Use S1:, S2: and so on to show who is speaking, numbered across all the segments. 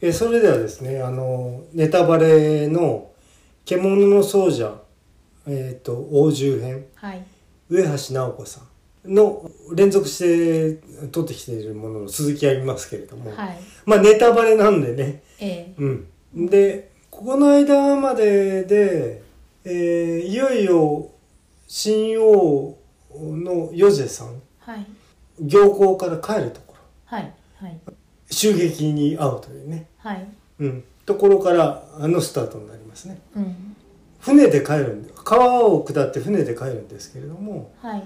S1: えーそれではですねあのネタバレの「獣の奏者」えー、と王獣編
S2: はい
S1: 上橋直子さんの連続して撮ってきているものの続きありますけれども、
S2: はい
S1: まあネタバレなんでね
S2: ええ
S1: うん、でここの間までで、えーいよいよ新王のヨゼさん
S2: はい
S1: 行幸から帰るところ
S2: はいはい
S1: 襲撃に遭うというね、
S2: はい
S1: うん、ところからあのスタートになりますね
S2: うん
S1: 船で帰るんで川を下って船で帰るんですけれども
S2: はい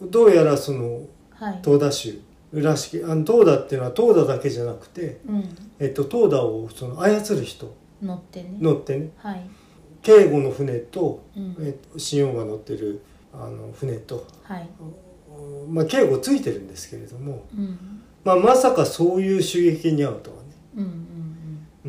S1: どうやらその
S2: はい
S1: 東田州らしきあの東田っていうのは東田だけじゃなくて、
S2: うん
S1: えっと、東田をその操る人
S2: 乗ってね
S1: 乗ってね
S2: はい
S1: 警護の船と
S2: うん
S1: えっと、新王が乗ってるあの船と、
S2: はい
S1: まあ、警護ついてるんですけれども、
S2: うん
S1: まあ、まさかそういう襲撃に遭うとはね、
S2: うん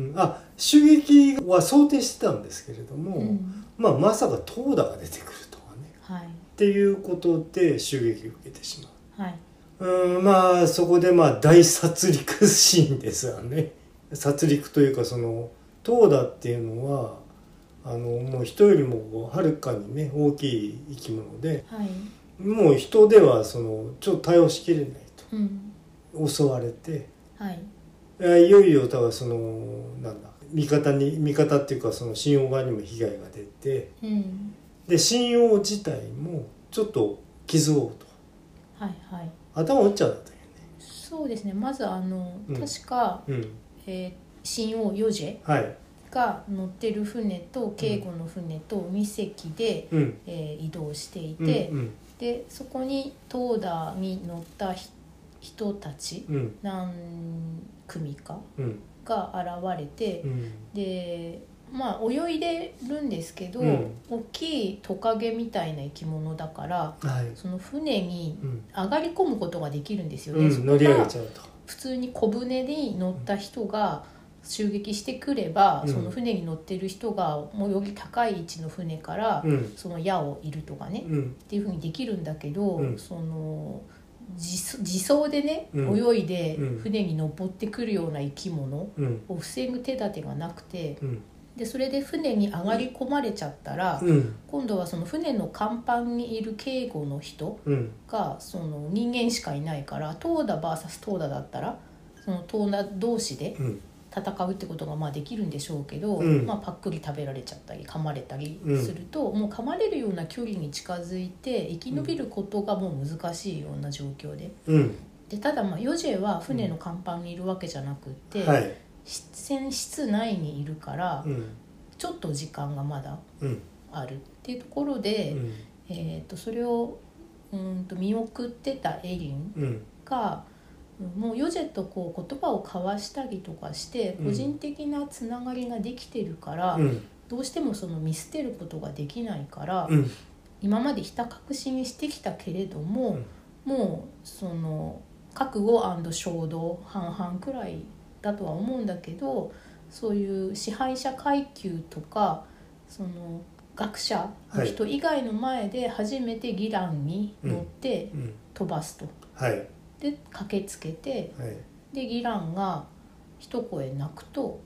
S2: うん
S1: うん、あ襲撃は想定してたんですけれども、
S2: うんうん
S1: まあ、まさか東田が出てくるとはね
S2: はい
S1: っていうことで襲撃を受けてしまう。
S2: はい
S1: うんまあそこでまあ大殺戮シーンですわね殺戮というかその東田っていうのはあのもう人よりもはるかにね大きい生き物で、
S2: はい
S1: もう人ではそのちょっと対応しきれない
S2: うん
S1: と襲われて
S2: はい
S1: えいよいよだからそのなんだ味方に味方っていうかその新王側にも被害が出て
S2: うん
S1: で新王自体もちょっと傷を負うと
S2: はいはい
S1: 頭打っちゃうんだったよ
S2: そうですねまずあの
S1: うん
S2: 確か、
S1: ねうん
S2: えー新王ヨジェ
S1: はい
S2: が乗ってる船と警護の船と2隻で、
S1: うん
S2: えー移動していて、
S1: うん
S2: でそこにトーダに乗ったひ人たち
S1: うん
S2: 何組か
S1: うん
S2: が現れて、
S1: うん
S2: でまあ泳いでるんですけど、
S1: うん
S2: 大きいトカゲみたいな生き物だから
S1: はい
S2: その船に
S1: うん
S2: 上がり込むことができるんですよ
S1: う
S2: ね。
S1: ん
S2: そこが
S1: 乗り上げちゃうと
S2: 普通に小舟に乗った人が襲撃してくれば、
S1: うん
S2: その船に乗ってる人がもうより高い位置の船から、
S1: うん
S2: その矢を射るとかね、
S1: うん
S2: っていうふうにできるんだけど、
S1: うん
S2: その自走自走でね、
S1: うん
S2: 泳いで
S1: うん
S2: 船に登ってくるような生き物
S1: うん
S2: を防ぐ手立てがなくて
S1: うん
S2: でそれで船に上がり込まれちゃったら、
S1: うん
S2: 今度はその船の甲板にいる警護の人
S1: うん
S2: がその人間しかいないから投打 VS 投打だったらその投打同士で
S1: うん
S2: 戦うってことがまあできるんでしょうけど、
S1: うん
S2: まあ、パックリ食べられちゃったり噛まれたり
S1: うん
S2: すると、もう噛まれるような距離に近づいて生き延びることがもう難しいような状況で
S1: うん
S2: でただまあヨジェは船の甲板にいるわけじゃなくって、
S1: はい
S2: 船室内にいるから
S1: うん
S2: ちょっと時間がまだ
S1: うん
S2: あるっていうところで、
S1: うん
S2: えー、とそれをうーんと見送ってたエリン
S1: うん
S2: がうんもうヨジェとこう言葉を交わしたりとかして
S1: うん
S2: 個人的なつながりができてるから、
S1: うん
S2: どうしてもその見捨てることができないから、
S1: うん
S2: 今までひた隠しにしてきたけれども
S1: うん、
S2: もうその覚悟衝動半々くらいだとは思うんだけどそういう支配者階級とかその学者の人以外の前で初めて議論に乗って
S1: うん
S2: 飛ばすと。
S1: はい
S2: で駆けつけて
S1: はい
S2: でギランが一声泣くと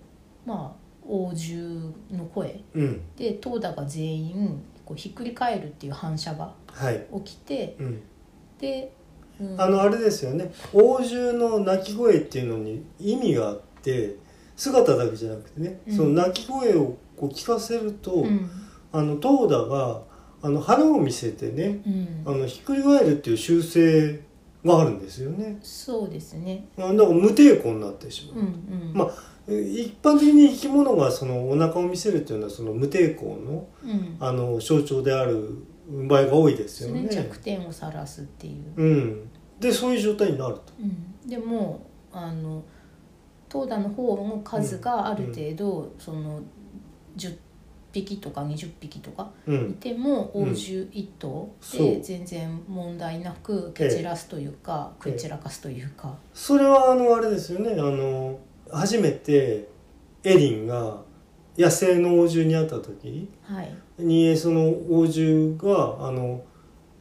S2: まあ王獣の声
S1: うん
S2: でトーダが全員こうひっくり返るっていう反射が
S1: はい
S2: 起きて
S1: うん
S2: で、うん
S1: あのあれですよね王獣の鳴き声っていうのに意味があって姿だけじゃなくてね、
S2: うん
S1: その鳴き声をこう聞かせると、
S2: うん
S1: あの東田があの腹を見せてね
S2: う
S1: あ
S2: ん
S1: のひっくり返るっていう習性があるんですよね
S2: そうですね
S1: あだから無抵抗になってし
S2: う
S1: ま
S2: ん
S1: う、
S2: うん、
S1: まえ一般的に生き物がそのお腹を見せるっていうのはその無抵抗の
S2: うん
S1: あの象徴である場合が多いですよね
S2: 弱点を晒すっていう、
S1: うん、でそういう状態になると。
S2: うん、でもあの投打の方の数がある程度、その10匹とか20匹とか
S1: うん
S2: いても
S1: うん
S2: 王獣一頭
S1: そ
S2: で
S1: う
S2: 全然問題なく蹴散らすというか
S1: ええ
S2: 食い散らかすというか、
S1: それはあのあれですよねあの初めてエリンが野生の王獣に会った時
S2: はい
S1: にその王獣があの、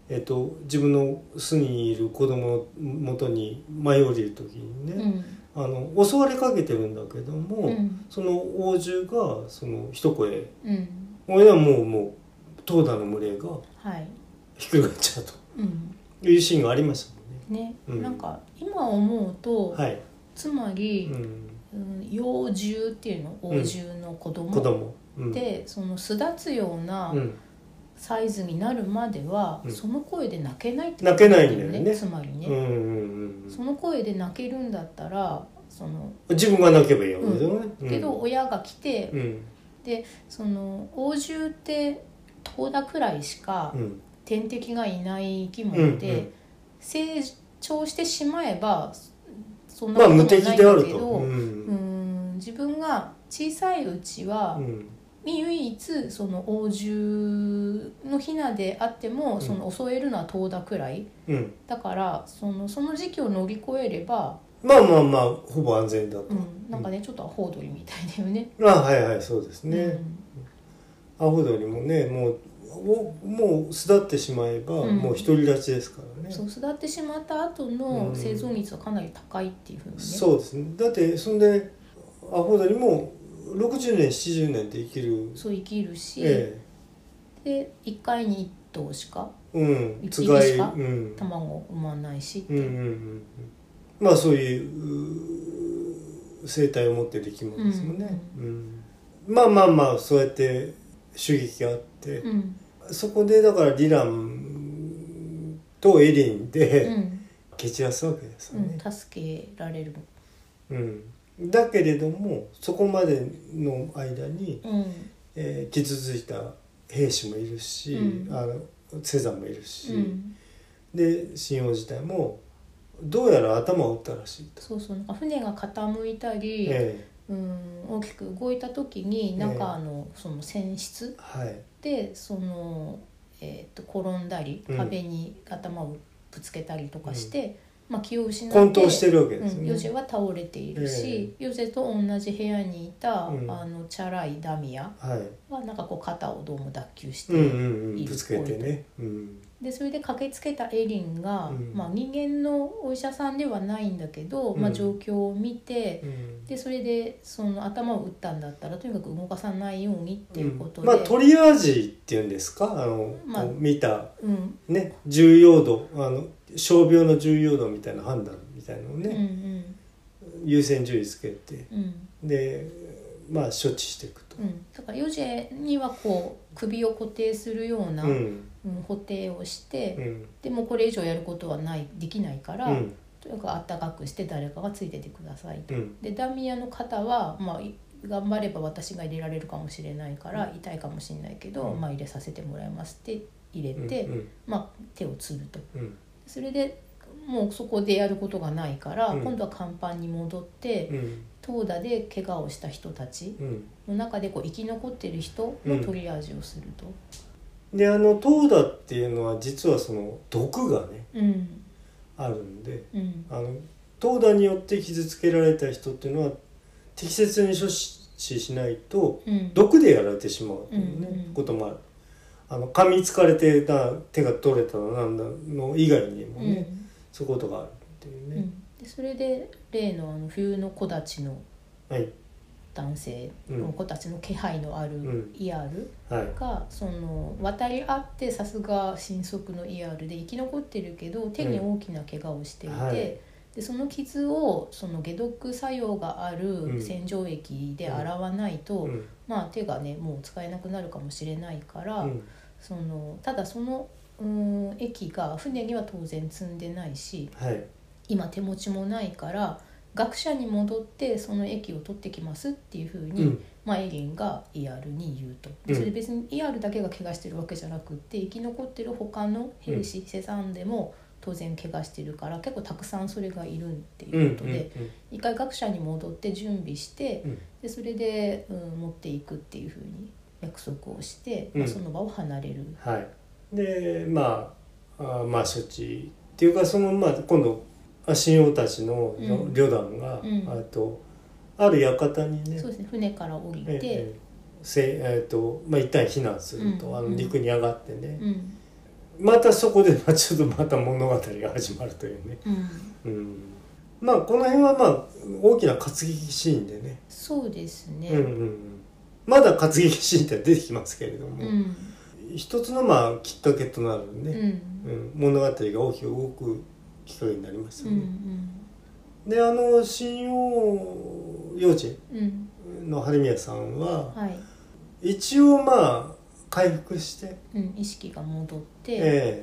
S1: えっと、自分の巣にいる子供の元に舞い降りる時に
S2: う
S1: ね、
S2: ん
S1: あの襲われかけてるんだけども、
S2: うん
S1: その王獣がその一声
S2: うん
S1: 俺はもうもう東大の群れが
S2: はい
S1: ひっくり返っちゃう
S2: うん
S1: というシーンがありましたもんね。
S2: ね、
S1: うん
S2: なんか今思うと、
S1: はい、
S2: つまり
S1: う、ん、
S2: うん、幼獣っていうの
S1: うん
S2: 王獣の子供
S1: 子供、うん、
S2: でその巣立つような
S1: うん、
S2: サイズになるまでは、
S1: うん
S2: その声で泣けないってこと
S1: 泣けないんだよね
S2: つまりね、
S1: うんうん
S2: その声で泣けるんだったらその
S1: うん、自分が泣けばいいわけだよね。
S2: けど親が来て、
S1: うん、
S2: その王獣って遠田くらいしか
S1: うん、
S2: 天敵がいない生き物で、
S1: うんうん
S2: 成長してしまえばそんな
S1: ま
S2: こ
S1: あ
S2: ともな
S1: 無
S2: いんだ
S1: 敵
S2: けど、
S1: であると。う、
S2: うんん自分が小さいうちは、
S1: うん、
S2: 唯一その王獣のヒナであっても、
S1: ん
S2: その襲えるのは遠田くらい
S1: うん、
S2: だからそのその時期を乗り越えれば、
S1: まあまあまあほぼ安全だと。
S2: うん、なんかね、ちょっとアホウドリみたいだよね。
S1: あはいはいそうですね。
S2: うん
S1: アホドリもねもうおもう巣立ってしまえば、
S2: うん
S1: もう独り立ちですからね
S2: そう育ってしまった後の生存率はかなり高いっていうふうにね、
S1: そうですねだってそんでアホドリも60年70年って生きる
S2: そう生きるし、
S1: え
S2: で1回に1頭しか
S1: えうん
S2: 一
S1: つ
S2: 匹
S1: がい
S2: しか
S1: うん
S2: 卵を産まないしって
S1: うんうんう
S2: い
S1: ん
S2: う、
S1: うんまあそういうう生態を持ってる生き物ですもんね、うんまあまあまあそうやって襲撃があって、
S2: うん
S1: そこでだからディランとエリン
S2: う
S1: で
S2: ん
S1: 蹴散らすわけですよね、
S2: うん助けられる、
S1: うん、だけれどもそこまでの間に、
S2: うん
S1: えー傷ついた兵士もいるし、
S2: うん
S1: あのセザンもいるし、
S2: うん、
S1: で新王自体もどうやら頭を打ったらしいと。
S2: そうそうなんか船が傾いたり、
S1: え
S2: うん、大きく動いた時に中のその船室
S1: えはい
S2: でその、えー、と転んだり
S1: うん
S2: 壁に頭をぶつけたりとかして、まあ、気を失って
S1: 混沌してるわけですよ
S2: うん、
S1: ね。
S2: ヨジェは倒れているし、ヨジェと同じ部屋にいた、
S1: うん
S2: あのチャラいダミア
S1: はい
S2: はなんかこう肩をどうも脱臼して、
S1: うんうんう
S2: い
S1: ん、
S2: い
S1: ぶつけてね、うん
S2: でそれで駆けつけたエリンが、
S1: うん
S2: まあ、人間のお医者さんではないんだけど、ま
S1: う
S2: あ、
S1: ん
S2: 状況を見て、
S1: うん
S2: でそれでその頭を打ったんだったらとにかく動かさないようにっていうこと
S1: うん
S2: で、
S1: まあトリアージっていうんですかあの、
S2: まあ
S1: こう見た、
S2: うん
S1: ね、重要度あの傷病の重要度みたいな判断みたいなのをね、
S2: うんうん
S1: 優先順位つけて
S2: うん
S1: でまあ処置していくと、
S2: うん、だからヨジェにはこう首を固定するような、
S1: う
S2: うん
S1: ん
S2: 固定をして、
S1: うん
S2: でもこれ以上やることはないできないから、
S1: うん
S2: とにかくあったかくして誰かがついててくださいと。
S1: うん
S2: でダミアの方は、まあ、い頑張れば私が入れられるかもしれないから痛いかもしれないけど、
S1: うん
S2: まあ、入れさせてもらいますって入れて、
S1: うん
S2: まあ、手をつると。
S1: うん
S2: それでもうそこでやることがないから、
S1: うん
S2: 今度は甲板に戻って、
S1: うん
S2: 投打で怪我をした人たち
S1: うん
S2: の中でこう生き残ってる人のトリアージをすると。
S1: であの投打っていうのは実はその毒がね
S2: うん、
S1: あるんで
S2: うん、
S1: あの投打によって傷つけられた人っていうのは適切に処置しないと
S2: うん、
S1: 毒でやられてしまうっていうね、
S2: うんうん
S1: こともある。あの噛みつかれてた手が取れたのなんだの以外にも
S2: う
S1: ね、
S2: ん、
S1: そういうことがあるっていう
S2: う
S1: ね、
S2: ん、でそれで例のあの冬の木立の
S1: はい
S2: 男性
S1: うん
S2: の子たちの気配のある
S1: ん
S2: ER
S1: はい
S2: がその渡り合ってさすが新速の ER で生き残ってるけど手に大きな怪我をしていて、
S1: はい
S2: でその傷をその解毒作用があ
S1: う
S2: る
S1: ん
S2: 洗浄液で洗わないと、
S1: うん
S2: まあ、手がねもう使えなくなるかもしれないから、
S1: うん
S2: そのただそのうん液が船には当然積んでないし
S1: はい
S2: 今手持ちもないから学者に戻ってその液を取ってきますっていうふうに、
S1: うん
S2: まあ、エリンが ER に言うとで
S1: うん
S2: それ別に ER だけが怪我してるわけじゃなくって生き残ってる他の兵士、セザンでも当然怪我してるから結構たくさんそれがいるって
S1: うんう
S2: い
S1: ん
S2: うことで、一回学者に戻って準備して、
S1: うん
S2: でそれで、うん、持っていくっていうふうに約束をして、
S1: うん
S2: まあその場を離れる。
S1: はい、でまああーまあ処置っていうかその、まあ、今度あ新王たちの
S2: うん
S1: の旅団が、
S2: うん
S1: あとある館にね
S2: そうですね船から降り
S1: え
S2: て、
S1: えせえーとまあ、一旦避難すると、
S2: うん
S1: あ
S2: う
S1: の
S2: ん
S1: 陸に上がってね、
S2: うん
S1: またそこで、まあ、ちょっとまた物語が始まるというね、
S2: うん
S1: うんまあこの辺はまあ大きな活劇シーンでね、
S2: そうですね、
S1: うんうんうん、まだ活劇シーンって出てきますけれど
S2: う
S1: も、
S2: ん
S1: 一つのまあきっかけとなる
S2: う
S1: ね、
S2: ん
S1: うん物語が大きく動くきっかけになりました
S2: う
S1: ね。
S2: ん
S1: であの新王幼稚
S2: うんうん
S1: 園の春宮さんは
S2: はい、
S1: 一応まあ回復して、
S2: うん、意識が戻って、
S1: え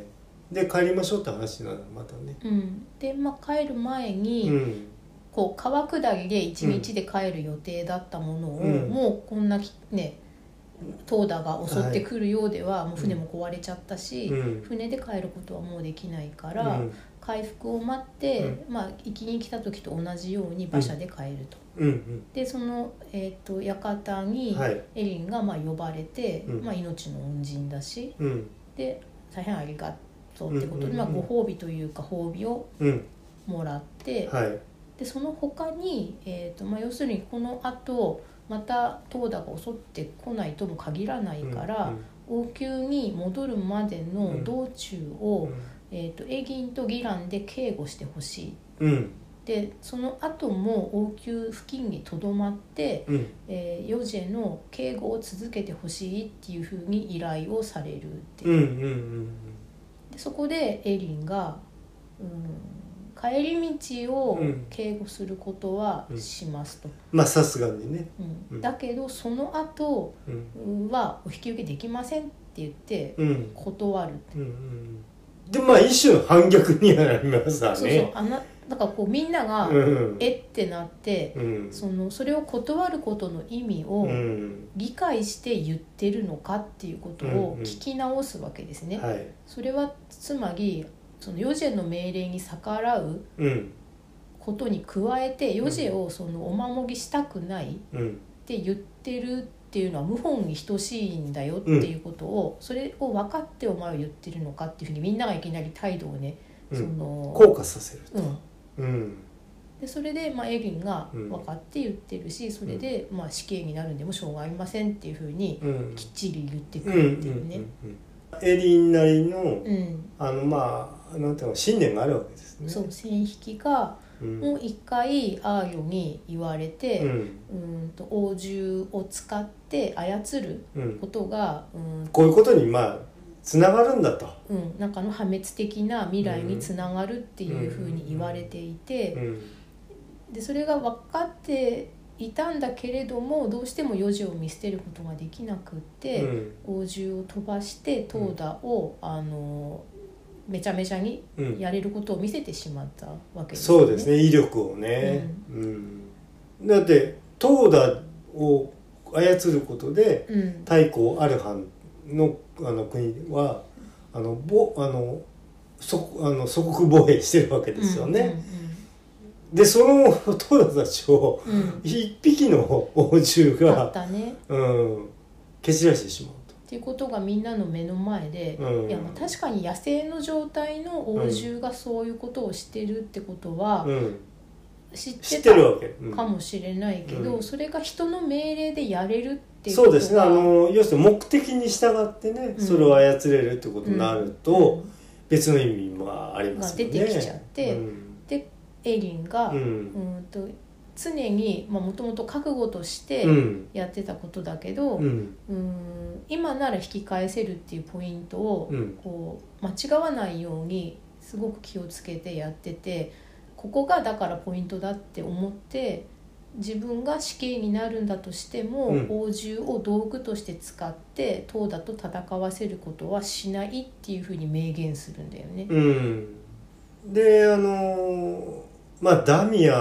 S1: えで帰りましょうって話なのまたね。
S2: うん、で、まあ、帰る前に、
S1: うん
S2: こう川下りで1日で帰る予定だったものを、
S1: うん
S2: もうこんなきね遠田が襲ってくるようでは、もう船も壊れちゃったし、
S1: うん
S2: 船で帰ることはもうできないか
S1: う
S2: ら、
S1: ん
S2: 回復を待って、まあ、行きに来た時と同じように馬車で帰ると。
S1: うん
S2: でその、えー、と館
S1: う
S2: に
S1: んはい
S2: エリンがまあ呼ばれて、
S1: うん
S2: まあ、命の恩人だし
S1: うん
S2: で大変ありがとうってことで、
S1: うんうんうん
S2: まあ、ご褒美というか褒美を
S1: うん
S2: もらって、
S1: はい
S2: でその他に、えーとまあ、要するにこのあとまた東田が襲ってこないとも限らないから、王宮に戻るまでの道中を、えー、とエギンとギランで警護してほしい
S1: うんうん
S2: でその後も王宮付近にとどまって、
S1: うん
S2: えーヨジェの警護を続けてほしいっていうふうに依頼をされるっていう
S1: うんうんうん
S2: でそこでエリンが、うん、帰り道を
S1: うん
S2: 警護することはしますと、
S1: まあさすがにね、
S2: うん
S1: うん
S2: だけどその後
S1: うん、
S2: はお引き受けできませんって言って
S1: うんうん
S2: 断る、
S1: うんうんでまあ一種の反逆にはなりますわ
S2: そうそう
S1: ね
S2: あなだからこうみんなが、
S1: うん
S2: えってなって
S1: うん
S2: そのそれを断ることの意味を、
S1: うん
S2: 理解して言ってるのかっていうこと
S1: う
S2: を
S1: んうん
S2: 聞き直すわけですね。
S1: はい
S2: それはつまりそのヨジェの命令に逆らう
S1: うん
S2: ことに加えてヨジェをそのお守りしたくないっ
S1: うん
S2: て言ってるっていうのは謀反に等しいんだよっていうことを、それを分かってお前は言ってるのかっていうふうにみんながいきなり態度をね、
S1: う
S2: そ
S1: ん
S2: の
S1: 硬化させる
S2: うん、
S1: うん
S2: でそれで、まあ、エリンが
S1: うん
S2: 分かって言ってるし、それで、まあ、死刑になるんでもしょうがありませんっていうふうに
S1: うん
S2: きっちり言って
S1: う
S2: く
S1: んうんう
S2: るっていうね。
S1: んエリンなりの
S2: うん、
S1: あのまあなんていうの信念があるわけですね
S2: そう線引きが
S1: うん
S2: もう一回アーヨに言われ
S1: う
S2: て、
S1: ん
S2: うん、と王獣を使って操る
S1: うん
S2: ことが、うん
S1: こういうことにまあつながるんだと
S2: うん、なんかの破滅的な未来につながるっていうふうに言われていて、
S1: うん
S2: でそれが分かっていたんだけれどもどうしても余地を見捨てることができなくっ
S1: う
S2: て、
S1: ん
S2: 王獣を飛ばして東田を、あのめちゃめちゃに
S1: うん
S2: やれることを見せてしまったわけ
S1: そうですね威力をねうんだって東田を操ることで
S2: うん、
S1: 太古アルハンのあの国はあのぼあのそあの祖国防衛してるわけですよね。でそのトラたちを
S2: うんうんうん。うん
S1: 一匹の王獣
S2: だっ
S1: が、
S2: たね。
S1: うん、蹴散らしてしまう
S2: っていうことがみんなの目の前で、
S1: と。うん、
S2: いやまあ確かに野生の状態の王獣がそういうことをしてるってことは
S1: うん、
S2: 知っ
S1: 知
S2: て
S1: って
S2: た
S1: るわけ。うん
S2: かもしれないけど、
S1: うん
S2: それが人の命令でやれるっていう
S1: そ
S2: こと
S1: うですねあの要するに目的に従ってね、
S2: うん
S1: それを操れるってことになると、
S2: う
S1: 別の意味もあり
S2: ん
S1: ま
S2: が
S1: すよ
S2: 出
S1: ね。
S2: てきちゃって、
S1: うん
S2: エリンが、
S1: う
S2: うん、
S1: ん
S2: と常にもともと覚悟として
S1: うん
S2: やってたことだけど、
S1: うん
S2: うん今なら引き返せるっていうポイントを、
S1: うん
S2: こう間違わないようにすごく気をつけてやっててここがだからポイントだって思って自分が死刑になるんだとしても、
S1: うん
S2: 王獣を道具として使って唐だと戦わせることはしないっていうふうに明言するんだよね。
S1: うん、であのまあダミア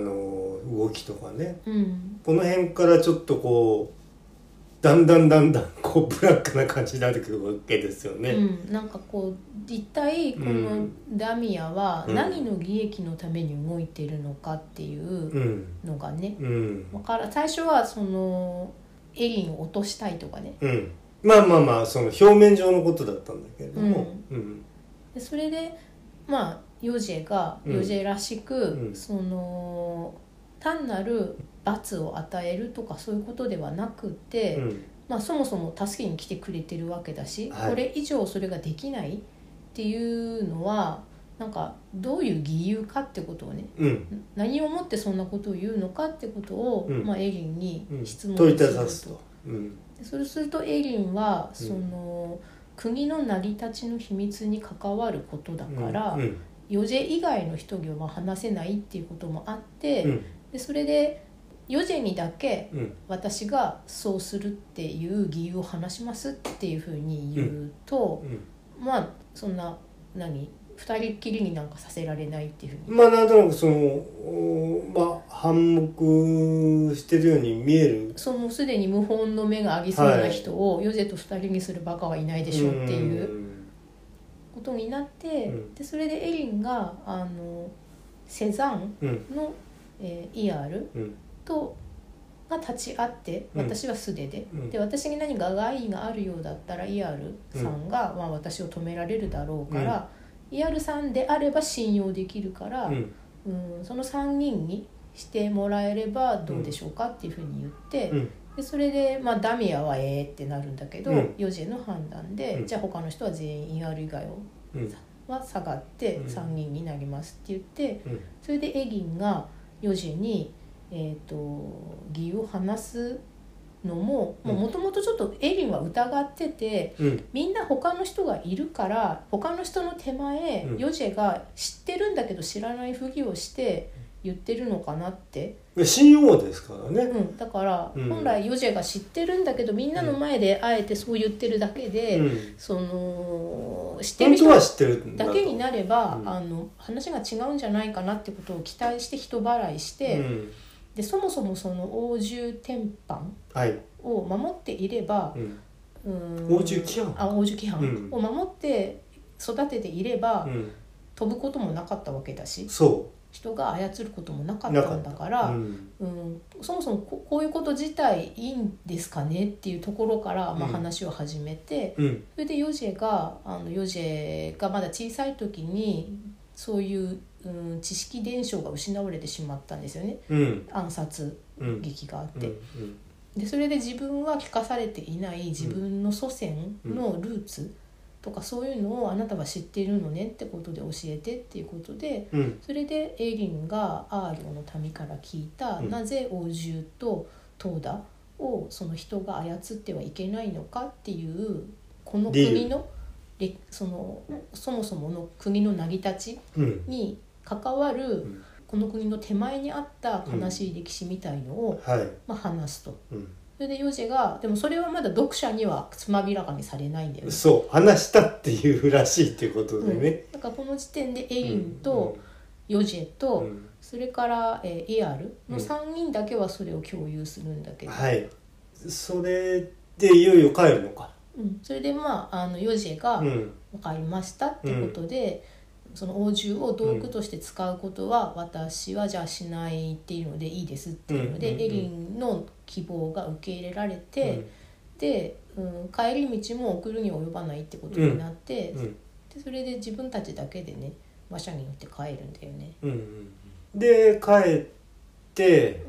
S1: の動きとかね
S2: うん、
S1: この辺からちょっとこうだんだんだんだんこうブラックな感じになってくるわけですよ
S2: う
S1: ね。
S2: ん、なんかこう一体こ
S1: う
S2: の
S1: ん
S2: ダミアは
S1: うん
S2: 何の利益のために動いてるのかっていう
S1: うん
S2: のがね
S1: うん
S2: わから最初はそのエリンを落としたいとかね
S1: うん、まあまあまあその表面上のことだったんだけれども、うん
S2: でそれでまあヨジェが
S1: うん
S2: ヨジェらしく、
S1: うん
S2: その単なる罰を与えるとかそういうことではなくて、
S1: うん
S2: まあ、そもそも助けに来てくれてるわけだし、
S1: はい
S2: これ以上それができないっていうのはなんかどういう義勇かってことをね
S1: うん
S2: 何をもってそんなことを言うのかってことを、
S1: うん
S2: まあ、エリンに
S1: うん
S2: 質問を
S1: 問い
S2: す
S1: た
S2: る
S1: だすと、うん
S2: でそれするとエリンは
S1: うん
S2: その、国の成り立ちの秘密に関わることだから、
S1: うんうん
S2: ヨジェ以外の人には話せないっていうこともあって、
S1: うん
S2: でそれでヨジェにだけ
S1: うん
S2: 私がそうするっていう理由を話しますっていうふうに言うと、まあそんな何二人っきりになんかさせられないっていうふうに、
S1: まあなんとなくそのおまあ反目してるように見える
S2: そうもうすでに無本の目がありそうな人をヨジェと二人にするバカはいないでしょっていう。ことになって、
S1: うん
S2: でそれでエリンがあのセザン
S1: うんうん
S2: の、えー、ER
S1: うん
S2: とが立ち会って
S1: うん
S2: 私は素手で、
S1: うん
S2: で私に何か害があるようだったら ER さんが、まあ、私を止められるだろうから、ER さんであれば信用できるから、
S1: うん
S2: うんその3人にしてもらえればどうでしょうかっていうふうに言って、
S1: うん
S2: でそれで、まあ、ダミアはええってなるんだけど、
S1: うん
S2: ヨジェの判断で、
S1: うん
S2: じゃあ他の人は全員 ER 以外を
S1: うん
S2: は下がって
S1: うん
S2: 3人になりますって言って、
S1: うん
S2: それでエギンが4時に、えー、と義を話すのも
S1: うん
S2: もともとちょっとエギンは疑ってて
S1: うん
S2: みんな他の人がいるから他の人の手前、
S1: うん
S2: ヨジェが知ってるんだけど知らないふりをして言ってるのかなって、
S1: で信用ですからね
S2: うん、だから
S1: うん
S2: 本来ヨジェが知ってるんだけどみんなの前であえてそう言ってるだけで、
S1: うん
S2: その知ってる
S1: 本
S2: 人
S1: 当
S2: が
S1: は知ってるんだ
S2: だ
S1: と
S2: けになれば、
S1: うん
S2: あの話が違うんじゃないかなってことを期待して人払いして、
S1: うん
S2: でそもそもその王獣天板
S1: はい
S2: を守っていれば
S1: うん
S2: うーん
S1: 王獣規範
S2: あ王獣規範
S1: うん
S2: を守って育てていれば、
S1: うん
S2: 飛ぶこともなかったわけだし
S1: そ
S2: 人が操ることもなかったんだから
S1: ううん
S2: うん、そもそもここういうこと自体いいんですかねっていうところから、まあ、
S1: うん
S2: 話を始めて。
S1: うん
S2: それでヨジェがあのヨジェがまだ小さい時にそういう、うん、知識伝承が失われてしまったんですよね
S1: うん
S2: 暗殺
S1: うん
S2: 劇があっ
S1: うん
S2: て、でそれで自分は聞かされていない自分の祖先のルーツとかそういうのをあなたは知っているのねってことで教えてっていうことで
S1: うんうん
S2: それでエイリンがアーリョの民から聞いた、
S1: うん
S2: なぜ王獣とトーダをその人が操ってはいけないのかっていうこの国のれそのそもそもの国の成り立ち
S1: うん
S2: に関わる、
S1: ん
S2: この国の手前にあった悲しい歴史みたいのを、
S1: はい
S2: まあ、話すと。
S1: うん
S2: それでヨジェがでもそれはまだ読者にはつまびらかにされないんだよね。
S1: そう話したっていうらしいっていうことでね、
S2: うんなんかこの時点でエ
S1: う
S2: インとヨジェと、
S1: んうん
S2: それから、えー、ER
S1: う
S2: の
S1: ん
S2: 3人だけはそれを共有するんだけど、
S1: はいそれでいよいよ帰るのか
S2: うん、それでまああのヨジェが
S1: うん
S2: 「分かりました」ってことで、その王獣を道具として使うことは私はじゃあしないっていうのでいいですっていうの
S1: う
S2: で、
S1: んうんうん
S2: エリンの希望が受け入れられて、で、うん、帰り道も送るに及ばないってことになって、
S1: うんうん
S2: でそれで自分たちだけでね馬車に乗って帰るんだよね。
S1: うんうん、で帰って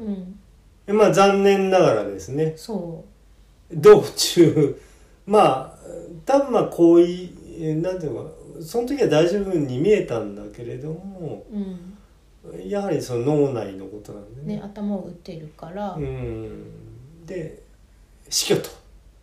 S2: うん、
S1: まあ残念ながらですね
S2: そ
S1: 道中まあ多分まあこういうなんていうのかなその時は大丈夫に見えたんだけれども
S2: う、うん
S1: やはりその脳内のことなんでね
S2: ね、頭を打ってるから、
S1: うんで死去と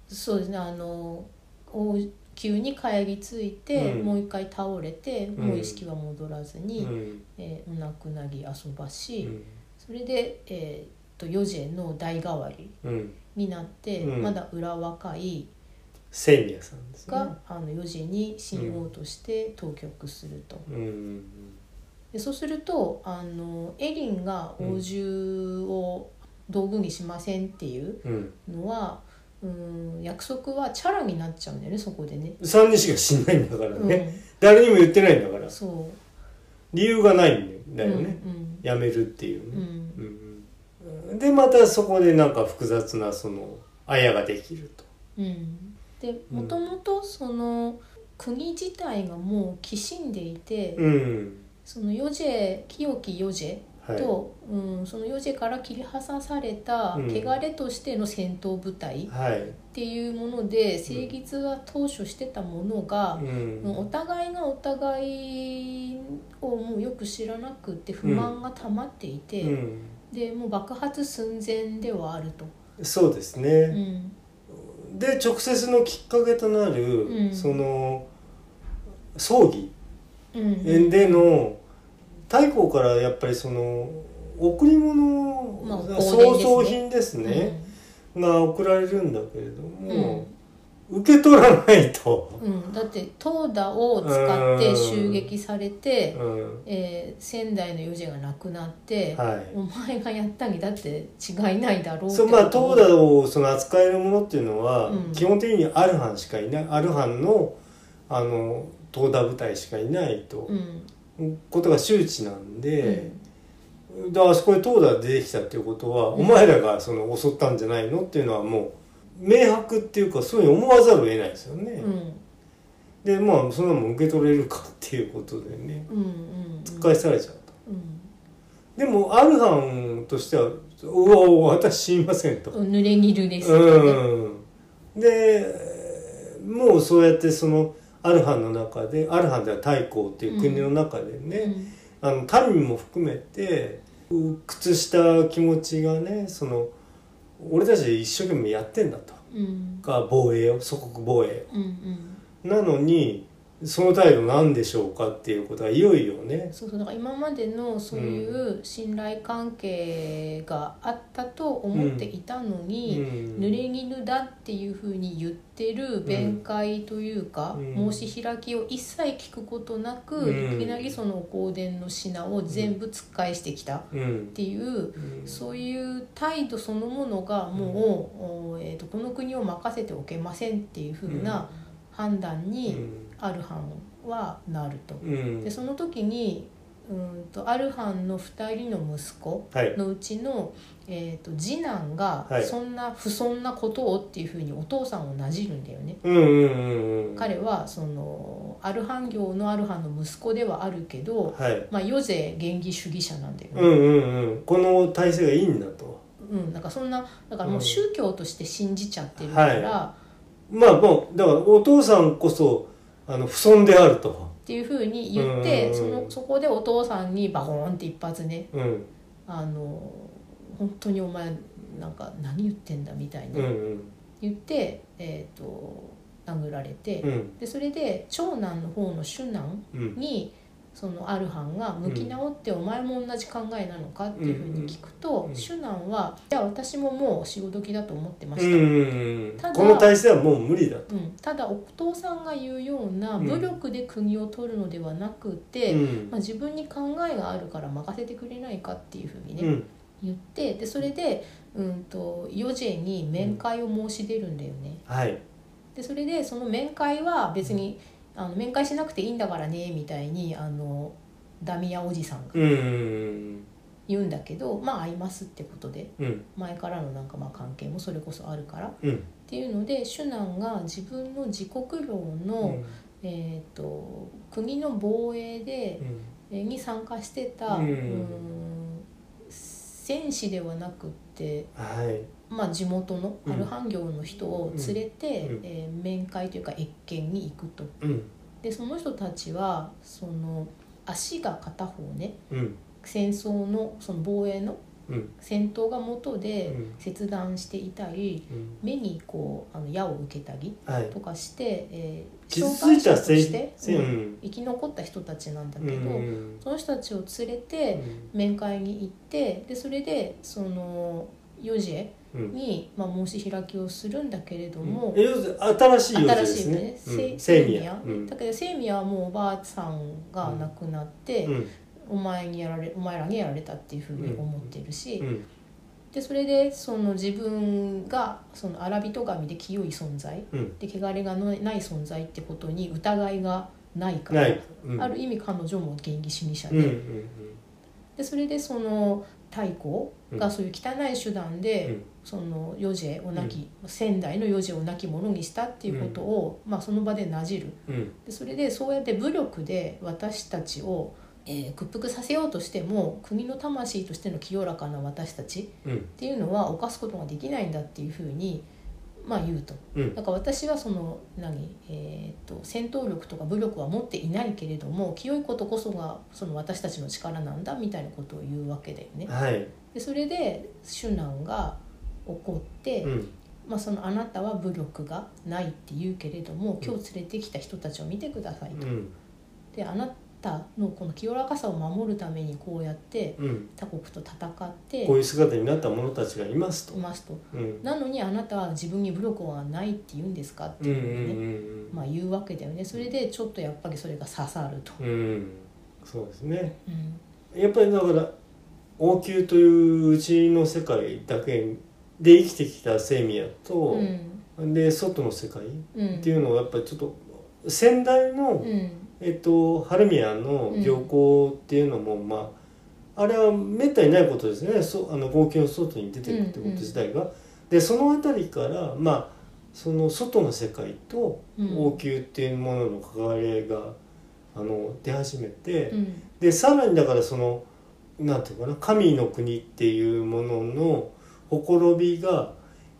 S2: そうですねあの王宮に帰り着いて、
S1: うん
S2: もう一回倒れて、
S1: うん
S2: もう意識は戻らずに、
S1: うん
S2: えーお亡くなり遊ばし、
S1: うん
S2: それで、えー、とヨジェの代替わり
S1: うん
S2: になって、
S1: うん
S2: まだ裏若い
S1: セミヤさんですね
S2: が、あのヨジェに新王として当局すると。
S1: うん
S2: でそうするとあのエリンが王獣を道具にしませんっていう
S1: うん
S2: のは、うん、約束はチャラになっちゃうんだよねそこでね。
S1: 3人しか死んないんだからね、
S2: うん
S1: 誰にも言ってないんだから
S2: そ
S1: 理由がないん
S2: う
S1: だよね、
S2: うん
S1: やめるっていう
S2: うん
S1: ね、
S2: うん
S1: うんでまたそこでなんか複雑なそのあやができると
S2: うんでもともとその国自体がもうきしんでいて、
S1: うん
S2: そのヨジェ清きヨジェ
S1: はい
S2: と、うん、その余事から切り離された
S1: うん
S2: 汚れとしての戦闘部隊っ
S1: はい
S2: ていうもので清吉が当初してたものが
S1: う、ん
S2: お互いがお互いをもうよく知らなくて不満が溜まっていて、
S1: うん
S2: でもう爆発寸前ではあると。
S1: そうです
S2: う
S1: ね、
S2: ん
S1: で直接のきっかけとなる、
S2: うん
S1: その葬儀
S2: うん
S1: での太閤からやっぱりその贈り物、
S2: まあ
S1: そう
S2: 贈
S1: 総
S2: 呈ですね
S1: 品ですね、が贈られるんだけれども、
S2: う
S1: 受け取らないと、
S2: んうん、だって投打を使って襲撃されて、
S1: うん
S2: えー仙台の余事がなくなって、
S1: はい
S2: お前がやったにだって違いないだろうって
S1: そうまあ投
S2: を
S1: 打をその扱えるものっていうのは、
S2: うん
S1: 基本的にアルハンしかいないアルハンのあの投打部隊しかいないと、
S2: うん
S1: ことが周知なんで、であそこで投打出てきたっていうことは、
S2: う
S1: お
S2: ん
S1: 前らがその襲ったんじゃないのっていうのはもう明白っていうかそういうふうに思わざるを得ないですよね。
S2: うんうん
S1: でまあそんなもん受け取れるかっていうことでね
S2: うんうん
S1: 突っ返されちゃった。
S2: うん
S1: でもアルハンとしては「うわ私死にません」と。
S2: うん濡れぎるですよね
S1: うん、でもうそうやってそのアルハンの中でアルハンでは太閤っていう国の中で
S2: う
S1: ね、
S2: ん
S1: あの民も含めてう屈した気持ちがねその俺たち一生懸命やってんだと
S2: うん
S1: か防衛を祖国防衛
S2: うんうん
S1: をなのにその態度なんでしょうかっていうことはいよいよね
S2: そうそうだから今までのそういう信頼関係があったと思っていたのに、
S1: うん
S2: 濡れ衣だっていうふうに言ってる弁解というか、
S1: うん
S2: 申し開きを一切聞くことなく、
S1: うん
S2: いきなりそのお香典の品を全部突っ返してきたっ
S1: うん
S2: ていう、
S1: うん
S2: そういう態度そのものがもう、おえー、とこの国を任せておけませんっていうふうな判断
S1: うん
S2: にアルハンはなると。
S1: うん
S2: でその時にうんとアルハンの2人の息子
S1: はい
S2: のうちの、えー、と次男
S1: は
S2: が
S1: い
S2: そんな不遜なことをっていうふうにお父さんをなじるんだよね。
S1: うんうんうんうん
S2: 彼はそのアルハン業のアルハンの息子ではあるけど、
S1: はい
S2: まあ、余勢原義主義者なんだよ
S1: う
S2: ね。
S1: んうんうんこの体制がいいんだと
S2: うん、なんかそんなだからもうんう宗教として信じちゃってるから、
S1: まあもうだからお父さんこそあの不損であると、
S2: っていうふうに言って、
S1: うん
S2: そのそこでお父さんにバコーンって一発ね
S1: うん、
S2: あの本当にお前なんか何言ってんだみたい
S1: うんう
S2: なん言って、えー、と殴られて、
S1: うん
S2: でそれで長男の方の主男
S1: うん
S2: にそのアルハンが向き直って、お前も同じ考えなのかっていうふうに聞くと、
S1: うん
S2: 主男は「いや私ももう潮時だと思ってま
S1: う
S2: した」
S1: んうん
S2: ただ
S1: この体制はもう無理だと、
S2: うんただお父さんが言うような
S1: うん
S2: 武力で国を取るのではなくて、
S1: うん
S2: まあ、自分に考えがあるから任せてくれないかっていうふうにね、
S1: うん、
S2: 言ってでそれでうんとヨジェに面会を申し出るんだよね、
S1: はい
S2: でそれでその面会は別に、あの面会しなくていいんだからねみたいにあのダミアおじさんが
S1: うんうん
S2: 言うんだけど、まあ会いますってことで
S1: うん
S2: 前からのなんかまあ関係もそれこそあるからっ
S1: うん
S2: ていうので主男が自分の自国領
S1: う
S2: の、
S1: ん
S2: えー、と国の防衛でえーに参加してた、
S1: うん
S2: うん戦士ではなくって
S1: はい
S2: まあ、地元の
S1: うん
S2: アルハン業の人を連れて、
S1: うん
S2: えー面会というか越見に行くと
S1: うん
S2: でその人たちはその足が片方ね
S1: うん
S2: 戦争のその防衛の
S1: うん
S2: 戦闘が元で
S1: うん
S2: 切断していたり
S1: うん
S2: 目にこうあの矢を受けたり
S1: はい
S2: とかして、えー
S1: 傷ついた
S2: 障害者として、
S1: せい
S2: うん
S1: うん
S2: 生き残った人たちなんだ
S1: うん
S2: けど、
S1: うん
S2: その人たちを連れて面会に行ってでそれでそのヨジェ
S1: うん
S2: に、まあ、申し開きをするんだけれども、
S1: え要するに新しい要素で
S2: 新しい
S1: す
S2: よ
S1: ね
S2: ね、
S1: うん
S2: セ
S1: セ
S2: セ
S1: イ
S2: イ
S1: ミ
S2: ミ
S1: ヤ
S2: ア、
S1: うん
S2: だけどセイミアはもうおばあさんが亡くなって、
S1: うん
S2: お前にやられお前らにやられたっていうふうに思ってるし、
S1: うん
S2: でそれでその自分がその荒人神で清い存在
S1: うん
S2: で汚れがのない存在ってことに疑いがないから、
S1: ない、うん、
S2: ある意味彼女も元気主義者
S1: う
S2: で,、
S1: んうん
S2: でそれでその太閤がそういう汚い手段で、
S1: うん
S2: その余事をなき、仙台の余事をなきものにしたっていうことを、まあ、その場でなじる
S1: うん
S2: でそれでそうやって武力で私たちをえー屈服させようとしても国の魂としての清らかな私たち
S1: うん
S2: っていうのは犯すことができないんだっていうふうに、まあ、言うと
S1: うん
S2: だから私はその何、えー、と戦闘力とか武力は持っていないけれども清いことこそがその私たちの力なんだみたいなことを言うわけだよね。
S1: はい
S2: でそれで主難が起こって、
S1: うん
S2: まあ、そのあなたは武力がないって言うけれども今日連れてきた人たちを見てくださいと。
S1: うん
S2: であなたのこの清らかさを守るためにこうやって
S1: うん
S2: 他国と戦って
S1: こういう姿になった者たちがいますと
S2: いますと
S1: うん
S2: なのにあなたは自分に武力はないって言うんですかって
S1: うんうん
S2: いうね、
S1: うん
S2: まあ、言うわけだよねそれでちょっとやっぱりそれが刺さると、
S1: うんうんそうですね
S2: うん
S1: やっぱりだから王宮といううちの世界だけで生きてきたセミヤと、
S2: うん
S1: で外の世界っ
S2: うん、
S1: ていうのをやっぱりちょっと先代の、
S2: うん
S1: えっと、ハルミアンの行幸っていうのも、まああれはめったにないことですねそあの号泣の外に出てくってこと自体が。でその辺りからまあその外の世界と
S2: うん
S1: 王宮っていうものの関わり合いが、あの出始めて、
S2: うん
S1: でさらにだからそのなんていうかな神の国っていうもののほころびが、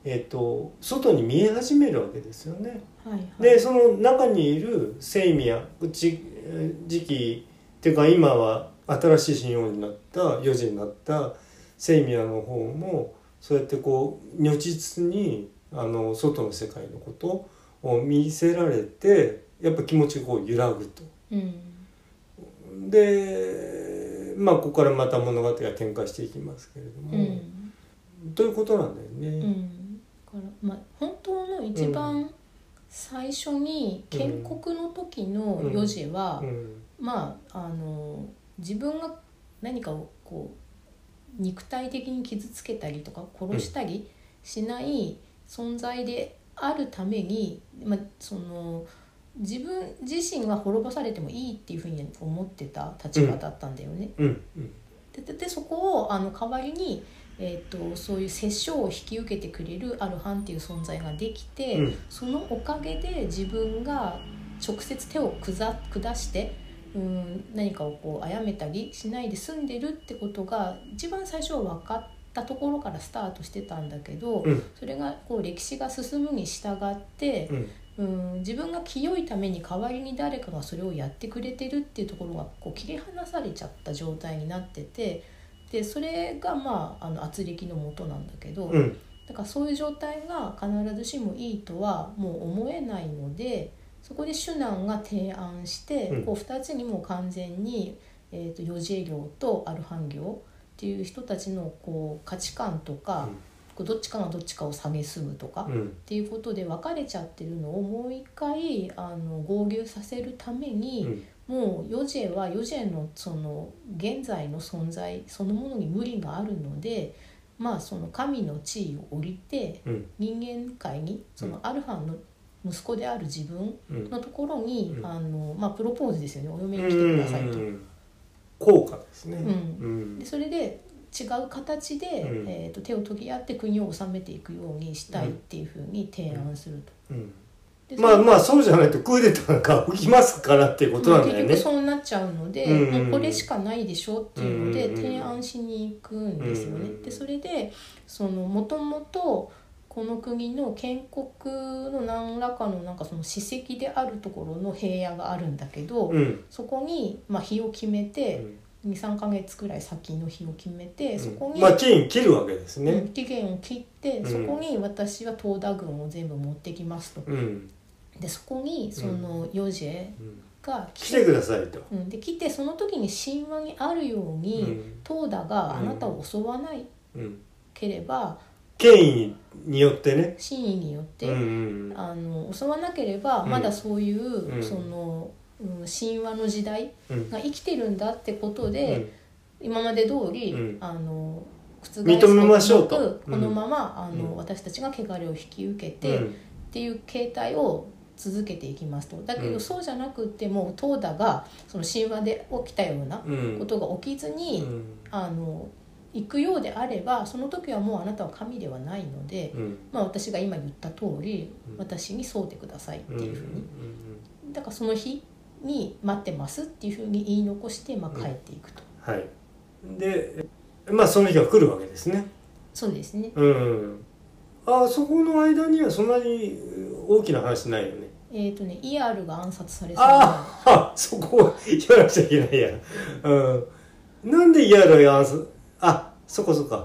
S1: えっと、外に見え始めるわけですよね。
S2: はいはい、
S1: でその中にいるセイミヤうちえー時期っていうか今は新しい神王になった四時になったセイミヤの方もそうやってこう如実にあの外の世界のことを見せられてやっぱ気持ちがこう揺らぐと。
S2: うん
S1: でまあここからまた物語が展開していきますけれど
S2: う
S1: も、
S2: ん
S1: ということなんだよ
S2: う
S1: ね。
S2: ん、だからまあ本当の一番最初に建国の時の余事は、
S1: うん
S2: まああの自分が何かをこう肉体的に傷つけたりとか殺したりしない存在であるために、まあ、その自分自身が滅ぼされてもいいっていうふうに思ってた立場だったんだよね。
S1: うんうん
S2: でででそこをあの代わりに、えー、とそういう殺生を引き受けてくれるアルハンっていう存在ができて、
S1: うん
S2: そのおかげで自分が直接手を下下してうん何かをこう殺めたりしないで済んでるってことが一番最初は分かったところからスタートしてたんだけど、
S1: うん
S2: それがこう歴史が進むに従って
S1: う、ん
S2: うん、自分が清いために代わりに誰かがそれをやってくれてるっていうところがこう切り離されちゃった状態になっててでそれがまああの圧力のもとなんだけど、
S1: うん
S2: だからそういう状態が必ずしもいいとはもう思えないのでそこで主難が提案して、
S1: うん
S2: こう2つにもう完全に、えー、と余事業とアルハン業っていう人たちのこう価値観とか、
S1: うん
S2: こうどっちかがどっちかを蔑むとか、
S1: うん
S2: っていうことで別れちゃってるのをもう一回あの合流させるため
S1: う
S2: に、
S1: ん
S2: もうヨジェはヨジェのその現在の存在そのものに無理があるのでまあその神の地位を降りて
S1: うん
S2: 人間界にそのアルファの息子である自分
S1: うん
S2: のところに、
S1: うん
S2: あのまあ、プロポーズですよねお嫁に来てくださいと。
S1: うん効果ですね。
S2: うん
S1: うん
S2: でそれで違う形で、
S1: うん
S2: えー、と手を取り合って国を治めていくようにしたいっていうふうに提案する
S1: う
S2: と。
S1: ん
S2: で
S1: まあまあそうじゃないとクーデターが起きますからっていうことなんだよね
S2: 結。局そうなっちゃうので、
S1: うんうんうん
S2: もうこれしかないでしょっていうので
S1: うんうんうん
S2: 提案しに行くんですよね。
S1: うんうんうん
S2: でそれでそのもともとこの国の建国の何らかのなんかその史跡であるところの平野があるんだけど、
S1: うん
S2: そこにまあ日を決め
S1: う
S2: て、
S1: ん
S2: 23か月くらい先の日を決めて、そこに、
S1: まあチェーン切るわけです
S2: うん
S1: ね。
S2: 期限を切って、
S1: うん
S2: そこに私は東田軍を全部持ってきますと。
S1: うん
S2: でそこにそのヨジェ
S1: うん
S2: が
S1: 来てくださいと。
S2: うん、で来てその時に神話にあるよう
S1: う
S2: に、
S1: ん
S2: トーダがあなたを襲わない
S1: うん
S2: ければ、
S1: 権威によってね。
S2: 真意によって、
S1: うんうん
S2: あの襲わなければ
S1: うん
S2: まだそういう、
S1: うん
S2: その、うん、神話の時代
S1: うん
S2: が生きてるんだってこと
S1: う
S2: で、
S1: ん
S2: 今まで通り、
S1: うん
S2: あの覆
S1: 認めましょうと
S2: すことなく
S1: う
S2: こ
S1: ん
S2: のまま、
S1: う
S2: あの
S1: ん
S2: 私たちが汚れを引き受けて、
S1: う
S2: っ
S1: ん
S2: ていう形態を続けていきますとだけど、
S1: うん
S2: そうじゃなくってもうトーダがその神話で起きたような
S1: うん
S2: ことが起きずに、
S1: うん
S2: あの行くようであればその時はもうあなたは神ではないので、
S1: うん
S2: まあ、私が今言った通り
S1: うん
S2: 私に沿うてくださいって
S1: うんうん
S2: いうふうに、だからその日に待ってますっていうふうに言い残して、まあ、帰っていくと、
S1: はいでまあその日が来るわけですね
S2: そうですね
S1: うんあそこの間にはそんなに大きな話ないよね
S2: えっ、とね ER が暗殺されそうな
S1: ああ そこをやらなくちゃいけないやうんなんでやろやんすあそこそこ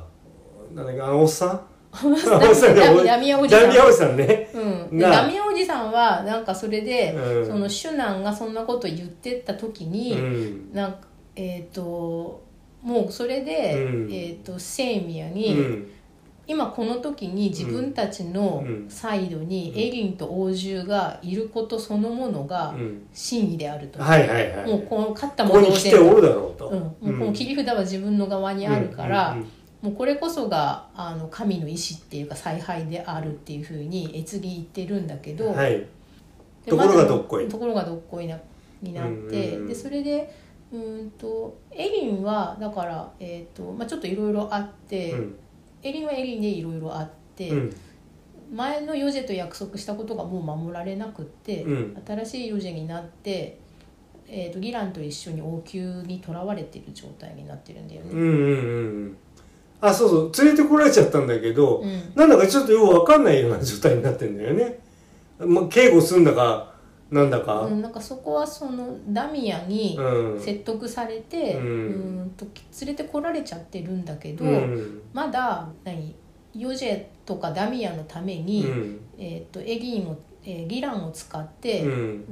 S1: なんだっけあのおっさんおっさんがお
S2: ダミアおじさん
S1: ダミアおじさんね
S2: うん、で
S1: なあ
S2: ダミアおじさんはなんかそれで、
S1: うん
S2: そのシュナンがそんなこと言ってった時に、
S1: うん
S2: なんかえっ、ともうそれで、
S1: うん
S2: えっ、とセイミヤ
S1: う
S2: に、
S1: ん
S2: 今この時に自分たちの
S1: うん
S2: サイドに
S1: うん
S2: エリンと王獣がいることそのものが
S1: うん
S2: 真意であると、
S1: はいはいはい
S2: もうこの勝った
S1: こ
S2: も
S1: こ
S2: 同
S1: に来
S2: 然
S1: ておるだろうと、
S2: うん、もうこの切り札は自分の側にあるから、
S1: うんうん
S2: もうこれこそがあの神の意志っていうか采配であるっていうふうに越ぎ言ってるんだけ
S1: うん
S2: ど、
S1: はい
S2: で
S1: ところがどっこい
S2: まずところがどっこいなになっ
S1: うん
S2: て、
S1: うんうん
S2: でそれでうーんとエリンはだから、えーとまあ、ちょっといろいろあって、
S1: うん
S2: エリンはエリンでいろいろあって、
S1: うん
S2: 前のヨジェと約束したことがもう守られなくって、
S1: うん
S2: 新しいヨジェになって、えー、とギランと一緒に王宮にとらわれてる状態になってるんだよ
S1: う
S2: ね。
S1: んうんうんあそうそう連れてこられちゃったんだけど、
S2: うん
S1: なんだかちょっとよくわかんないような状態になってんだよね。まあ、警護するんだかなんだか。
S2: うん、なんかそこはそのダミアに
S1: うん。
S2: 説得されて、
S1: うん
S2: ーんと連れてこられちゃってるんだけど、
S1: うん
S2: まだ何ヨジェとかダミアのために、
S1: うん
S2: えー、とエギンを、えーギランを使って、
S1: う
S2: うん
S1: ん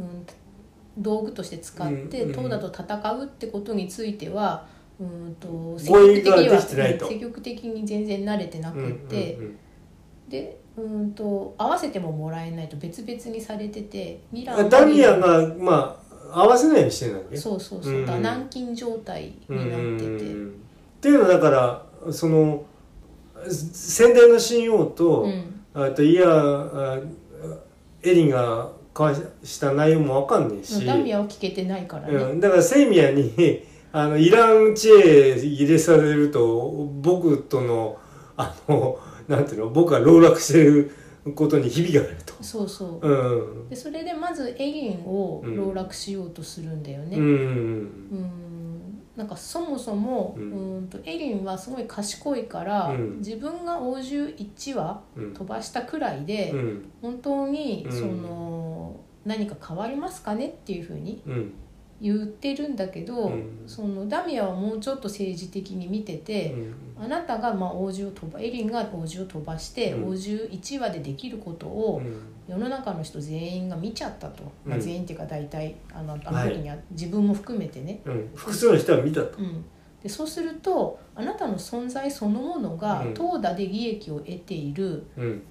S2: 道具として使って、
S1: うんうん
S2: トーダと戦うってことについてはうんと積
S1: 合意
S2: 極
S1: が
S2: 的には
S1: できてないと
S2: 積極的に全然慣れてなくって、
S1: うん
S2: でうんと合わせてももらえないと別々にされててギラン
S1: う
S2: は
S1: ん、ダミアが、まあ、合わせないようにしてるんだっけ
S2: そうそうそう、
S1: うん
S2: だから軟禁状態になってて、
S1: うんっていうのはだからその宣伝の新王と,、
S2: うん
S1: あといやあエリンが交わした内容もわかんないし、
S2: ダミアは聞けてないからね、
S1: うん、だからセイミヤにあのイラン知恵入れされると僕とのあのなんていうの僕が籠絡してることにひびがあると。
S2: そうそう
S1: うん
S2: でそれでまずエリンを籠絡しようとするんだよね。
S1: う
S2: うん
S1: ん
S2: なんかそもそも、
S1: う
S2: うんん、とエリンはすごい賢いから、
S1: うん
S2: 自分が王獣1羽
S1: うん
S2: 飛ばしたくらいで、
S1: うん
S2: 本当に
S1: うん
S2: その、何か変わりますかねっていうふうに
S1: うん
S2: 言ってるんだけど、
S1: うん
S2: そのダミアはもうちょっと政治的に見てて、あなたがまあ王獣を飛ばエリンが王獣を飛ばして、
S1: うん
S2: 王獣1羽でできることを、世の中の人全員が見ちゃったと、まあ、
S1: うん
S2: 全員っていうか大体あのあ
S1: は
S2: の
S1: い
S2: 時には自分も含めてね、
S1: うん複数の人は見たと。
S2: うん、でそうするとあなたの存在そのものが
S1: うん
S2: 投打で利益を得ている
S1: うん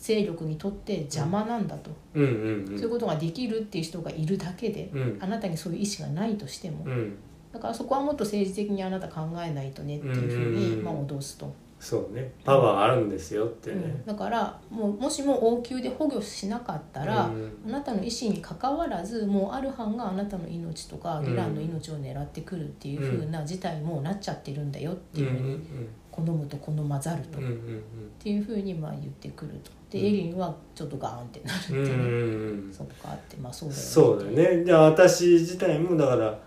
S2: 勢力にとって邪魔なんだと、
S1: うんうん
S2: そういうことができるっていう人がいるだけで、
S1: うん
S2: あなたにそういう意思がないとしても、
S1: うん
S2: だからそこはもっと政治的にあなた考えないとねっていうふう
S1: うんうん
S2: に、
S1: うん
S2: まあ、脅すと。
S1: そうねパワーあるんですよって
S2: う
S1: ね
S2: ん。だからもうもしも応急で保護しなかったら、
S1: うん
S2: あなたの意思にかかわらずもうアルハンがあなたの命とか
S1: うん
S2: ギランの命を狙ってくるっていう風な事態もなっちゃってるんだよって
S1: うん
S2: いううふうに
S1: ん
S2: 好むと好まざると
S1: うんう
S2: っ
S1: ん
S2: ていう風にまあ言ってくるとで
S1: うん
S2: エリンはちょっとガーンってなるって
S1: うんうんうん
S2: いうね
S1: うん
S2: そっかってまあそうだよね
S1: そうだよねじゃあ私自体もだから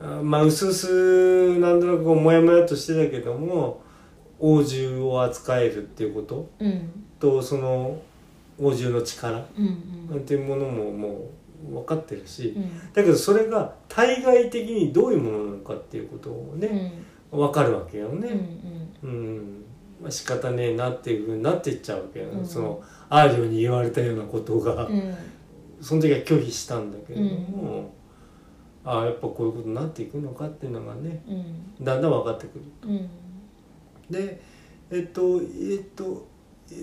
S1: あまあうすうすなんとなくこうモヤモヤとしてたけども王獣を扱えるっていうこと
S2: うん
S1: とその王獣の力っ
S2: うんうん
S1: ていうものももう分かってるし、
S2: うん
S1: だけどそれが対外的にどういうものなのかっていうことを
S2: うんう
S1: ね
S2: ん
S1: 分かるわけよ
S2: うん
S1: ね。うん、まあ、仕方ねえなっていうふうになっていっちゃうわけよ、
S2: うん
S1: そのアーリオに言われたようなことが。
S2: うん
S1: その時は拒否したんだけれども、ああやっぱこういうことになっていくのかっていうのがね
S2: うん
S1: だんだん分かってくる。
S2: うん
S1: でえっとえっと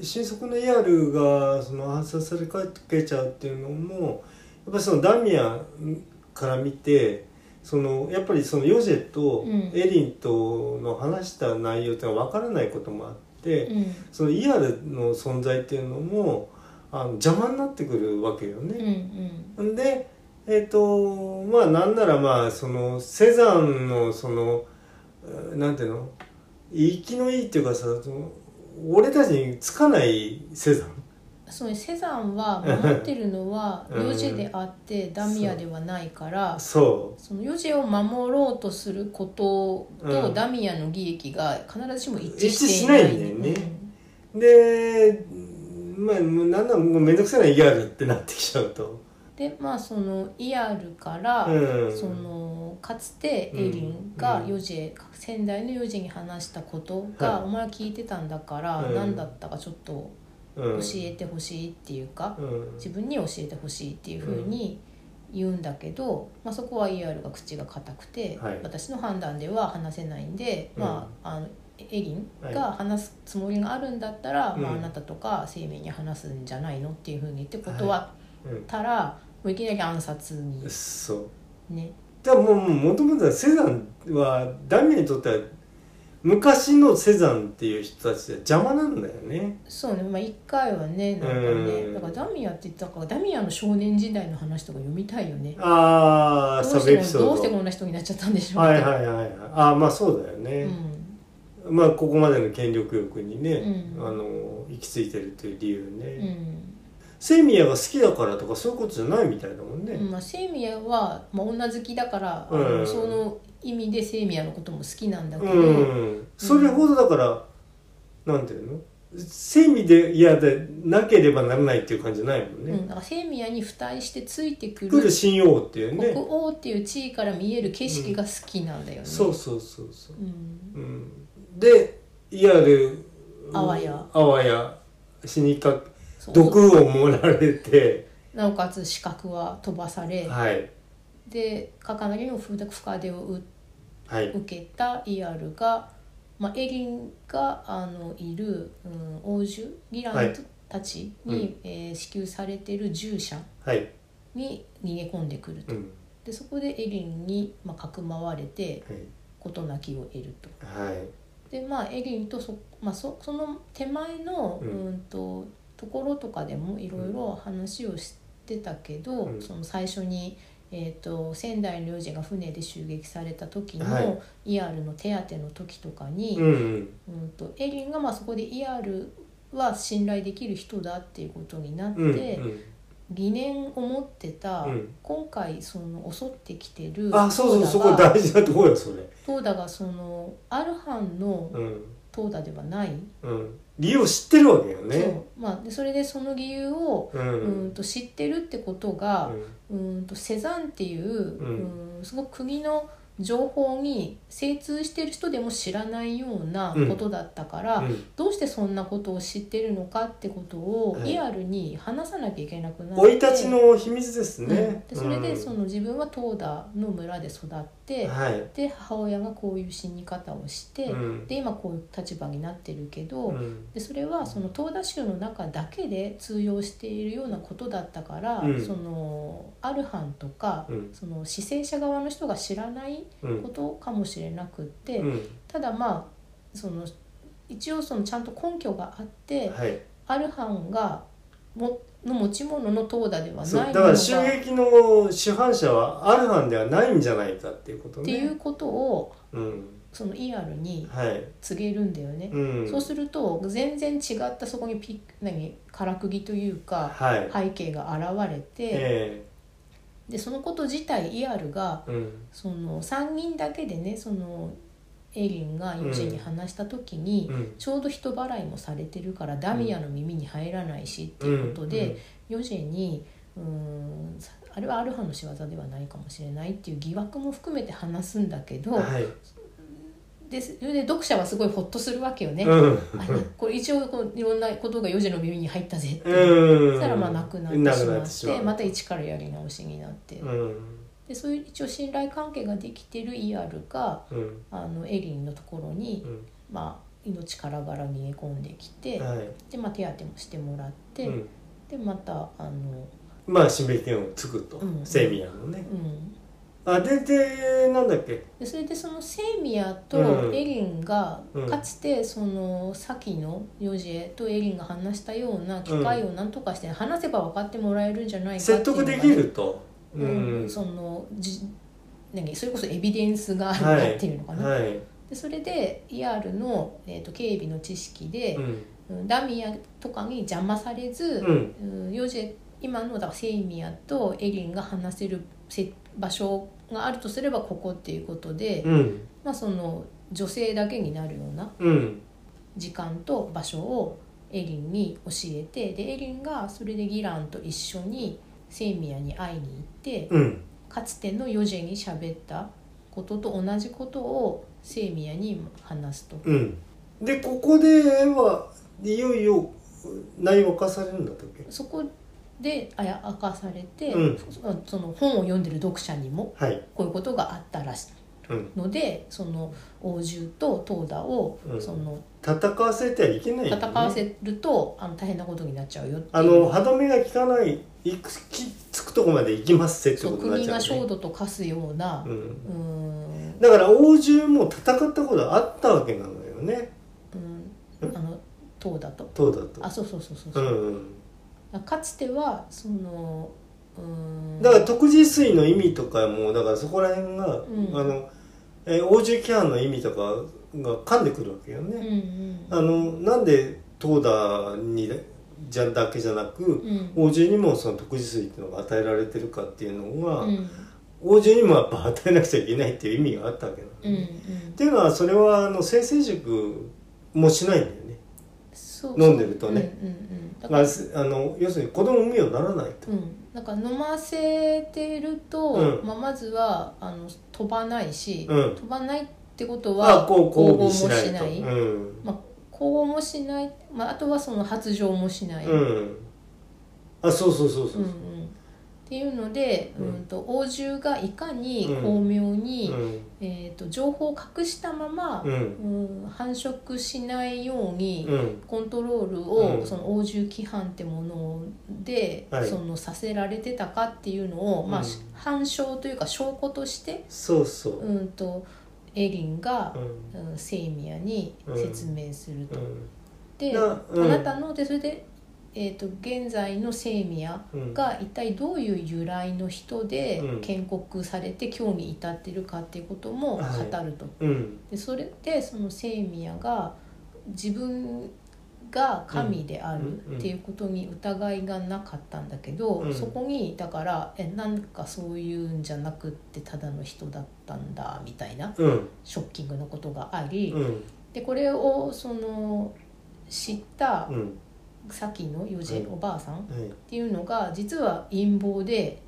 S1: 新速のイアルがその暗殺されかけちゃうっていうのもやっぱりそのダミアンから見てそのやっぱりそのヨジェと
S2: うん
S1: エリンとの話した内容っていうのは分からないこともあって、
S2: うん
S1: そのイアルの存在っていうのもあの邪魔になってくるわけよね。
S2: うんうん
S1: んでえっ、とまあなんならまあそのセザンのそのえーなんていうの生きのいいっていうかさその俺たちにつかないセザン
S2: そうセザンは守ってるのは
S1: うん
S2: ヨジェであってダミアではないから
S1: そ
S2: そのヨジェを守ろうとすること
S1: う
S2: と
S1: ん
S2: ダミアの利益が必ずしも一致
S1: 一致
S2: して
S1: し
S2: い
S1: な
S2: ないい
S1: んだよねうでまあもうなんなんもうめんどくさいなイヤルってなってきちゃうと
S2: でまあそのイアルから、
S1: うん
S2: そのかつてエリンが
S1: うん
S2: ヨジェ、先代のヨジェに話したことが、
S1: はい
S2: お前は聞いてたんだから、
S1: うん
S2: 何だったかちょっと
S1: う
S2: 教
S1: ん
S2: えてほしいっていうか、
S1: うん
S2: 自分に教えてほしいっていうふうに言うんだけど、まあ、そこは ER が口が硬くて、
S1: はい
S2: 私の判断では話せないんで、まああのエリンが話すつもりがあるんだったら、
S1: うん
S2: まあ、あなたとか生命に話すんじゃないのっていうふうに言って断ったら、もういきなり暗殺に
S1: うんそう
S2: ね。
S1: だからもうもともとはセザンはダミアにとっては昔のセザンっていう人たちで邪魔なんだよね
S2: そうね、まあ、一回はねなんか
S1: う
S2: ね
S1: ん
S2: だからダミアって言ったからダミアの少年時代の話とか読みたいよね
S1: ああ
S2: ど
S1: サ
S2: うし
S1: ブエピ
S2: て
S1: ソード
S2: どうしてこんな人になっちゃったんでしょう
S1: はい
S2: い
S1: はいはいはいああまあそうだよ
S2: う
S1: ね、
S2: ん、
S1: まあここまでの権力欲にね、
S2: うん
S1: あの行き着いてるという理由
S2: う
S1: ね、
S2: ん
S1: セミアが好きだからとかそういうことじゃないみたいだもんね、
S2: まあ、セイミヤは、まあ、女好きだから、あ
S1: う
S2: の
S1: ん
S2: その意味でセイミヤのことも好きなんだけど、
S1: うん、それほどだから、なんていうのセミで嫌でなければならないっていう感じじゃないもん
S2: うん
S1: ね、
S2: だからセイミヤに付帯してついてくる
S1: 来る新王っていうね
S2: 国王っていう地位から見える景色が好きなんだよね。
S1: そうそうそうそう、
S2: うん
S1: うん、でいわゆる
S2: あわや
S1: あわや死にか
S2: そう
S1: 毒を盛られて
S2: なおかつ資格は飛ばされ、
S1: はい
S2: でかかなりの深手を受
S1: はい
S2: 受けたイアルが、まあ、エリンがあのいる、うん、王獣ギランたちに、
S1: はいうん
S2: えー支給されてる従者
S1: はい、
S2: に逃げ込んでくると。
S1: うん
S2: でそこでエリンに、まあ、かくまわれて事なきを得ると。
S1: はいはい
S2: でまあエリンとそ,、まあ、そその手前の、
S1: う
S2: うんん、とところとかでもいろいろ話をしてたけど、
S1: うん
S2: その最初に、えー、と仙台の領事が船で襲撃された時の、
S1: は
S2: イアルの手当ての時とかに、
S1: うん
S2: うんとエリンがまあそこでイアルは信頼できる人だっていうことになって。
S1: うんうん
S2: 疑念を持ってた、
S1: うん
S2: 今回その襲ってきてる
S1: あそうそうそ
S2: ト
S1: こ
S2: ーダが
S1: 大事なとこよそれ
S2: トーダがそのアルハンの
S1: うん
S2: トーダではない、
S1: うん理由を知ってるわけよね
S2: そうまあ、でそれでその理由を、
S1: うん
S2: う
S1: うん
S2: ん、と知ってるってことが、
S1: う
S2: うん、とセザンっていう、
S1: ん
S2: うんすごく国の情報に精通してる人でも知らないようなことだったから、
S1: ん
S2: どうしてそんなことを知ってるのかってことを
S1: はい
S2: リアルに話さなきゃいけなくなって
S1: 生い立ちの秘密です
S2: うん
S1: ね、
S2: でそれで
S1: うん
S2: その自分は東田の村で育って、
S1: はい
S2: で母親がこういう死に方をして、
S1: うん
S2: で今こういう立場になってるけど、
S1: うん
S2: でそれはその東田州の中だけで通用しているようなことだったから、
S1: うん
S2: そのアルハンとか、
S1: うん
S2: その死生者側の人が知らない
S1: うん
S2: ことかもしれなくって、
S1: うん
S2: ただまあその一応そのちゃんと根拠があって、
S1: はい
S2: アルハンがもの持ち物の東田ではない
S1: そう
S2: も
S1: だ
S2: の
S1: か
S2: が
S1: ら襲撃の主犯者はアルハンではないんじゃないかっていうこと
S2: っ
S1: ね
S2: ていうことを
S1: うん
S2: そのイアルに
S1: はい、
S2: 告げるんだよね、
S1: うん、
S2: そうすると全然違ったそこにピ何からくぎというか
S1: はい、
S2: 背景が現れて、
S1: え
S2: でそのこと自体イアルが
S1: えうん
S2: その3人だけでねそのエリンがヨジェに話した時に、
S1: うん
S2: ちょうど人払いもされてるからダミアの耳に入らないしっていうことで、ヨジェにうーんあれはアルハの仕業ではないかもしれないっていう疑惑も含めて話すんだけ
S1: う
S2: ど、
S1: んはい、
S2: でそれで読者はすごいほっとするわけよね。
S1: うん
S2: あこれ一応こういろんなことがヨジェの耳に入ったぜって、
S1: うん
S2: そしたらまあなくな
S1: な
S2: っ
S1: く
S2: てし
S1: なっ
S2: まってて
S1: しまう
S2: また一からやり直しになって、
S1: うん
S2: でそういう一応信頼関係ができてるイアルが
S1: うん
S2: あのエリンのところに、
S1: う
S2: まあ、命からがら逃げ込んできて、
S1: んはい
S2: でまあ、手当てもしてもらって、
S1: うん
S2: でまたあの、
S1: まあ新兵権をつくと、
S2: うん
S1: セミアのね
S2: うん、
S1: あででなんだっけ
S2: でそれでそのセイミア
S1: う
S2: と
S1: ん
S2: エリンが
S1: うん
S2: かつてその先のヨジェとエリンが話したような機会を何とかして話せば分かってもらえるんじゃないかっていう
S1: 説
S2: のが
S1: 得
S2: ね
S1: できると
S2: う
S1: うん
S2: ん、そのじ何それこそエビデンスがあるなっていうのかな、
S1: はい
S2: でそれで ER の、えー、と警備の知識で、
S1: うん
S2: うんダミアとかに邪魔されず、
S1: うん
S2: うんヨジェ今のだからセイミアとエリンが話せるせ場所があるとすればここっていうことで、
S1: うん
S2: まあ、その女性だけになるような
S1: うん
S2: 時間と場所をエリンに教えてでエリンがそれでギランと一緒にセイミアに会いに行って
S1: うん
S2: かつてのヨジェに喋ったことと同じことをセイミアに話すと。
S1: うんでここではいよいよ内容化されるんだったっけ
S2: そこであや明かされて、
S1: うん
S2: そその本を読んでる読者にも
S1: はい
S2: こういうことがあったらしい
S1: うん
S2: のでその王獣と東ダを
S1: うん
S2: その
S1: 戦わせてはいけないよね
S2: 戦わせると、あの大変なことになっちゃうよって
S1: あ
S2: いう
S1: の歯止めが効かない行くきつくとこまで行きますせって
S2: そ
S1: こ
S2: う
S1: とになっ
S2: 国
S1: ちゃう、
S2: が
S1: ね
S2: 焦土と化すような
S1: う、
S2: うんーん
S1: だから王獣も戦ったことはあったわけなのよね
S2: うんあの東ダと
S1: どうだと
S2: あそうそうそうそう
S1: う
S2: そうん
S1: うん
S2: かつてはそのうーん
S1: だから徳次水の意味とかもだからそこら辺が、
S2: ん
S1: あの、えー、王獣規範の意味とかが噛んでくるわけよ
S2: うん
S1: ね、
S2: うん
S1: あのなんで東田にじゃだけじゃなく
S2: うん
S1: 王獣にもその徳次水っていうのが与えられてるかっていうのが、
S2: うん
S1: 王獣にもやっぱ与えなくちゃいけないっていう意味があったわけなの、
S2: うんう
S1: っ
S2: ん
S1: ていうのはそれはあの先生塾もしないんだよね
S2: そう
S1: 飲んでるとね
S2: うんうんうん、だか
S1: ま
S2: ら、
S1: あ、すあの要するに子供産むようにならないと、
S2: うん、なんか飲ませてると、
S1: うん
S2: まあ、まずはあの飛ばないし、
S1: うん
S2: 飛ばないってこと
S1: まあ
S2: は
S1: こう
S2: 攻
S1: 交
S2: 防も
S1: 尾
S2: し
S1: し
S2: な
S1: ないいとうん、
S2: まあ、こうもしない、まあ、あとはその発情もしない、
S1: うん、あそうそうそうそううん
S2: うんっていうので、う
S1: うん
S2: ん、と王獣がいかに
S1: うん
S2: 巧妙に、
S1: うん
S2: えー、と情報を隠したまま、
S1: うん
S2: うん繁殖しないように、
S1: うん
S2: コントロールを、
S1: うん
S2: その王獣規範ってもので、
S1: はい
S2: そのさせられてたかっていうのを、まあ
S1: うん
S2: 反証というか証拠として、
S1: そうそう、
S2: うん、とエリンが
S1: う、ん
S2: うん、セイミアに説明する
S1: う
S2: と。
S1: ん
S2: で、
S1: なうん
S2: あなたのでそれで、えー、と現在のセイミア
S1: うん
S2: が一体どういう由来の人で
S1: うん
S2: 建国されて今日に至ってるかっていうことも語
S1: はい
S2: ると。
S1: うん
S2: でそれでそのセイミアが自分が神である
S1: うんうん
S2: っていうことに疑いがなかったんだけど、
S1: うん
S2: そこにだからえなんかそういうんじゃなくってただの人だったんだみたいな
S1: うん
S2: ショッキングなことがあり、
S1: うん
S2: でこれをその知った
S1: うん
S2: さっきのヨジェ
S1: うん
S2: おばあさんっ
S1: はい
S2: ていうのが実は陰謀で。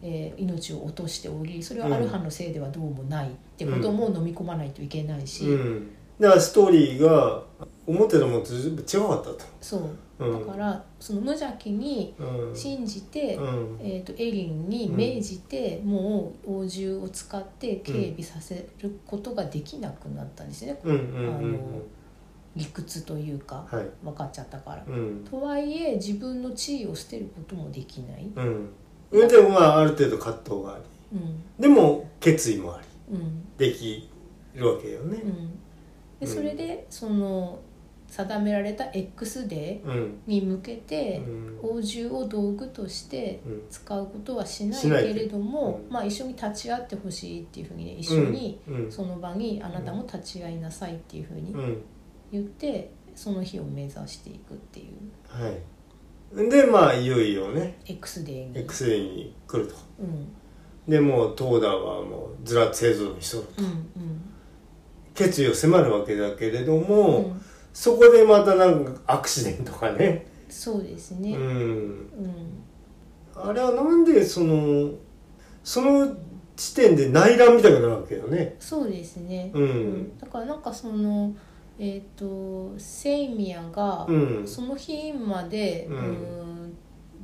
S2: えー命を落としておりそれはアルハンのせいではどうもないってことも飲み込まないといけないし、
S1: うんだからストーリーが表のものと全部違かったと、
S2: そう
S1: う
S2: だ
S1: ん、
S2: からその無邪気に
S1: うん
S2: 信じて、
S1: うん
S2: えー、とエリンに命じて、もう王獣を使って警備させることができなくなったんですね、
S1: うんうんうん
S2: 理屈というか
S1: うんはい
S2: 分かっちゃったから。
S1: うん
S2: とはいえ自分の地位を捨てることもできない、
S1: うんうんでもまあある程度葛藤があり
S2: うん
S1: でも決意もあり
S2: うん
S1: できるわけよね
S2: うん、
S1: う
S2: で
S1: ん
S2: それでその定められた X デ
S1: うん
S2: ーに向け
S1: う
S2: て、
S1: ん
S2: 王獣を道具として
S1: うん
S2: 使うことはしない
S1: しない
S2: けれども、
S1: うん
S2: まあ、一緒に立ち会ってほしいっていうふうにね一緒に
S1: うんうん
S2: その場にあなたも立ち会いなさいっていうふうに
S1: うん
S2: 言ってその日を目指していくっていう
S1: はいでまあいよいよね
S2: X デーに、
S1: X デーに来ると
S2: うん
S1: でもう東田はもうずらっと勢ぞろいしとる
S2: うん
S1: 決意を迫るわけだけれど
S2: うん
S1: も、
S2: うん、
S1: そこでまたなんかアクシデントがね
S2: そうです
S1: う
S2: ね、うん
S1: んあれはなんでそのその時点で内乱みたいになるわけよね
S2: そうですね、
S1: うん
S2: だからなんかそのえっ、とセイミアが、
S1: うん
S2: その日まで、
S1: うん
S2: うん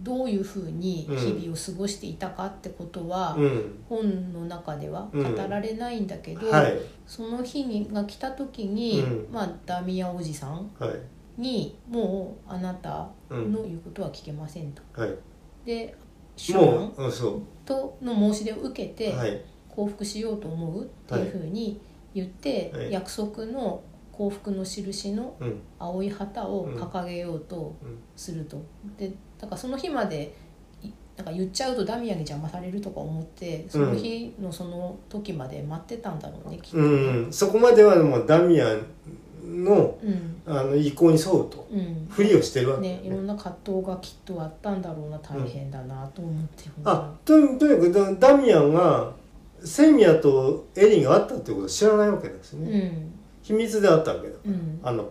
S2: どういうふうに日々を過ごしていたかってことは、
S1: うん
S2: 本の中では語られないんだけど、
S1: はい
S2: その日にが来た時に、
S1: うん
S2: まあ、ダミアおじさん
S1: はい
S2: に「もうあなた
S1: うん
S2: の言うことは聞けませんと」
S1: はい
S2: でシュラ
S1: も
S2: ン
S1: ううんそ
S2: との申し出を受け
S1: う
S2: て
S1: はい
S2: 降伏しようと思うっていうふうに言って、
S1: はい
S2: 約束の降伏の印の
S1: うん
S2: 青い旗を掲げようと
S1: うん
S2: すると、でだからその日までいなんか言っちゃうとダミアに邪魔されるとか思ってその日のその時まで待ってたんだろうね、きっと
S1: うん、そこまではもうダミアンの
S2: うん
S1: あの意向に沿うと
S2: うん
S1: ふりをしてるわけ、
S2: ねいろんな葛藤がきっとあったんだろうな大変だなと思って、
S1: あとにとにかくだダミアンがセミアとエリンがあったってことを知らないわけです
S2: う
S1: ね、
S2: ん
S1: 秘密であったわけだ
S2: うん
S1: あの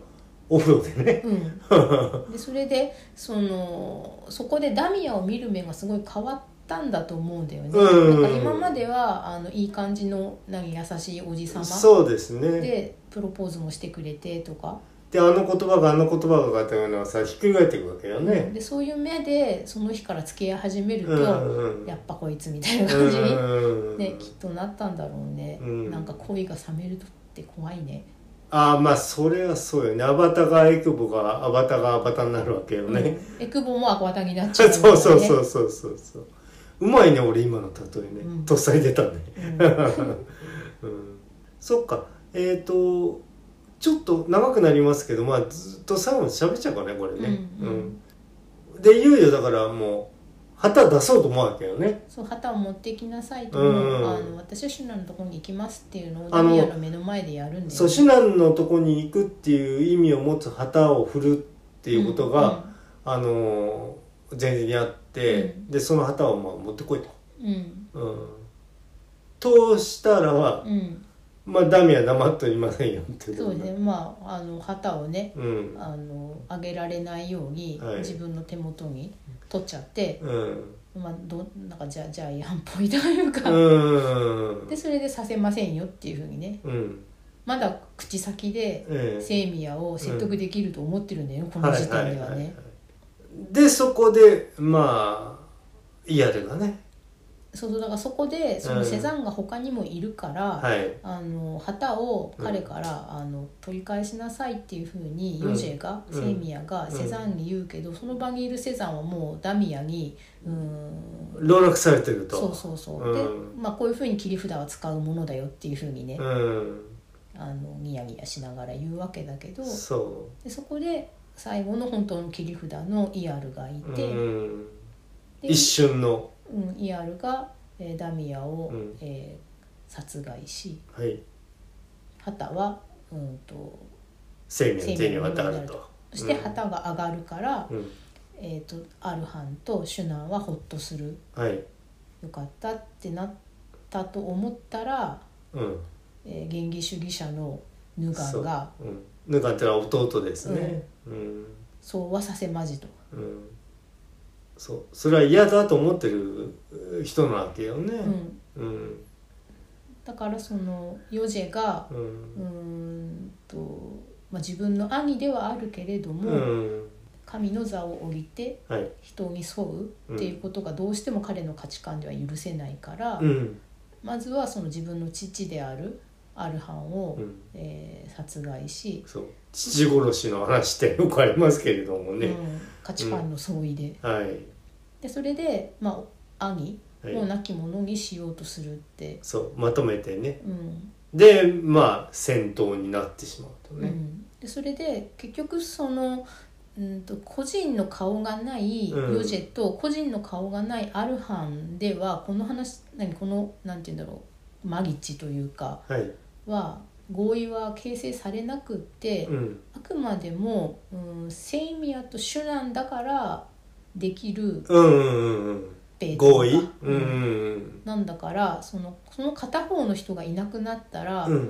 S1: お風呂で ね
S2: うん、でそれでそのそこでダミアを見る目がすごい変わったんだと思うんだよね、
S1: うん
S2: なんか今まではあのいい感じの何優しいおじさま
S1: そうですね
S2: でプロポーズもしてくれてとか、
S1: であの言葉があの言葉がっていうのはさひっくり返っていくわけよね、
S2: でそういう目でその日から付き合い始めると、
S1: うんうん
S2: やっぱこいつみたいな感じに、
S1: うん
S2: ね、きっとなったんだろうね、
S1: うん
S2: なんか恋が冷めるとって怖いね
S1: ああまあそれはそうよねアバターがエクボがアバターがアバターになるわけよね、
S2: うんエクボもアコアタになっちゃ
S1: そうう
S2: んだ よ
S1: そ
S2: ね
S1: うそうそうそうそううまいね俺今の例えね、
S2: うん
S1: とっさに出たね、
S2: うん
S1: うん、そっかえっ、とちょっと長くなりますけどまあずっと最後まで喋っちゃうかねこれね、
S2: うんうん
S1: うんでいよいよだからもう旗出そうと思うわけよね
S2: そう旗を持ってきなさいと、
S1: うん
S2: あの私はシュナのところに行きますっていうのを
S1: あ
S2: ダ
S1: の
S2: ミアの目の前でやるんだ
S1: そう
S2: よ
S1: 指南のとこに行くっていう意味を持つ旗を振るっていうことが、あのー前日にあって、
S2: うん
S1: でその旗をまあ持ってこいと。
S2: うん
S1: うん、としたら、
S2: うん、うん
S1: まあ、ダミアン黙っといませんよってい
S2: そう
S1: こ
S2: う
S1: と
S2: ですねまああの旗をね
S1: うん
S2: あの上げられないように、
S1: はい
S2: 自分の手元に取っちゃって、
S1: うん
S2: まあ、どなんかジャジャイアンっぽいというか、
S1: うん
S2: でそれでさせませんよっていうふうにね
S1: うん
S2: まだ口先で
S1: ええ
S2: セイミアを説得できると思ってるんだよね、この時点ではね。
S1: でそこでまあ嫌でがね
S2: そうそうだからそこでそのセザンが他にもいるから、
S1: はい
S2: あの旗を彼から、あの取り返しなさいっていうふうに
S1: うん
S2: ヨジェが、
S1: うん
S2: セイミアがセザンに言うけど、その場にいるセザンはもうダミアにうーん
S1: 籠絡されてると
S2: そうそうそう、
S1: うん
S2: で、まあ、こういうふうに切り札は使うものだよっていうふうにね、
S1: うん
S2: あのニヤニヤしながら言うわけだけど
S1: そ、
S2: でそこで最後の本当の切り札のイアルがいうて、
S1: うん、
S2: で
S1: 一瞬の
S2: うん、イアルが、えーダミアを、
S1: うん
S2: えー殺害し
S1: はい
S2: 旗はうんと
S1: 生命の手に渡ると
S2: そして
S1: うん
S2: 旗が上がるから、
S1: うん
S2: えー、とアルハンとシュナンはホッとする
S1: はい
S2: よかったってなったと思ったら、
S1: うん
S2: えー、原義主義者のヌガンが
S1: うんぬかってのは弟ですねうん
S2: そうはさせまじと、
S1: うんそうそれは嫌だと思ってる人なわけよ
S2: う
S1: ね
S2: ん、
S1: うん
S2: だからそのヨジェが
S1: う
S2: うー
S1: ん
S2: んと、まあ、自分の兄ではあるけれど
S1: う
S2: も、
S1: ん
S2: 神の座を降りて
S1: はい
S2: 人に沿うっていうことがどうしても彼の価値観では許せないから、
S1: うん
S2: まずはその自分の父であるアルハンを、
S1: うん
S2: えー殺害し、
S1: そう父殺しの話ってよくありますけれども
S2: う
S1: ね
S2: ん、価値観の相違で,、
S1: はい
S2: でそれで、まあ、兄を
S1: はい
S2: 亡き者にしようとするって、
S1: そうまとめてね
S2: うん
S1: でまあ戦闘になってしまうと
S2: う
S1: ね
S2: ん、でそれで結局その、うん、と個人の顔がない
S1: うん
S2: ヨジェと個人の顔がないアルハンではこの話何このなんて言うんだろうマギッチというか
S1: はい
S2: は合意は形成されなくって、
S1: うん
S2: あくまでも、うん、セイミアとシュランだからできる
S1: うんうんうんうん合意う
S2: うん
S1: うんん
S2: なんだからそのその片方の人がいなくなったら、
S1: う
S2: うん
S1: ん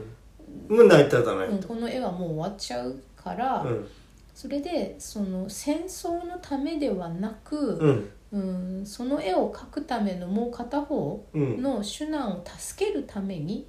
S1: うんもう成り立たないと
S2: この絵はもう終わっちゃうから、
S1: うん
S2: それでその戦争のためではな
S1: う
S2: く、
S1: ん
S2: うん、その絵を描くためのもう片方
S1: うん
S2: の手段を助けるために、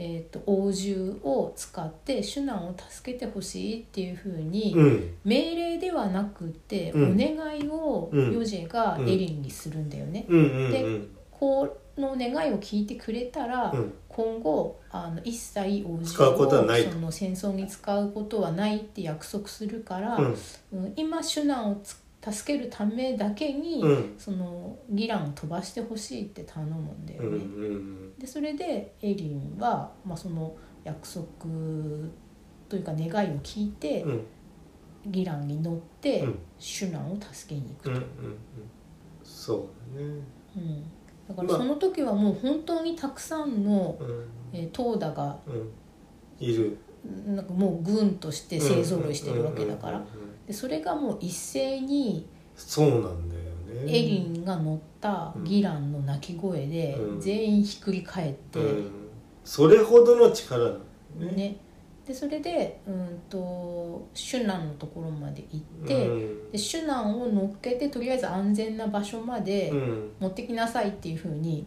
S2: えー、と王獣を使って手段を助けてほしいっていうふうに、
S1: うん
S2: 命令ではなくて、
S1: うん
S2: お願いを
S1: うん
S2: ヨジェがエリンにするんだよね。
S1: うんうんうん
S2: この願いを聞いてくれたら、
S1: うん
S2: 今後あの一切王
S1: 使うことはないと
S2: その戦争に使うことはないって約束するから、
S1: うん
S2: うん今手段をつ助けるためだけに、
S1: うん
S2: その議論を飛ばしてほしいって頼むんだよ
S1: う
S2: ね。
S1: んうん
S2: でそれでエリンは、まあ、その約束というか願いを聞いて、
S1: うん
S2: ギランに乗って、
S1: うん
S2: シュナンを助けに行
S1: うんうん
S2: く
S1: う
S2: と、
S1: んそうだね
S2: うんだからその時はもう本当にたくさんの、
S1: うん
S2: えー、トーダが
S1: うんいる
S2: なんかもう軍として勢ぞろいしてるわけだから、
S1: うんうんうんうん
S2: でそれがもう一斉に
S1: そうなんだよね
S2: エリンが乗ったギランの鳴き声で
S1: うん
S2: 全員ひっくり返って、
S1: うん、それほどの力なのね
S2: ね、でそれでうんとシュナンのところまで行って、
S1: うん
S2: でシュナンを乗っけてとりあえず安全な場所まで
S1: うん、
S2: 持ってきなさいっていうふうに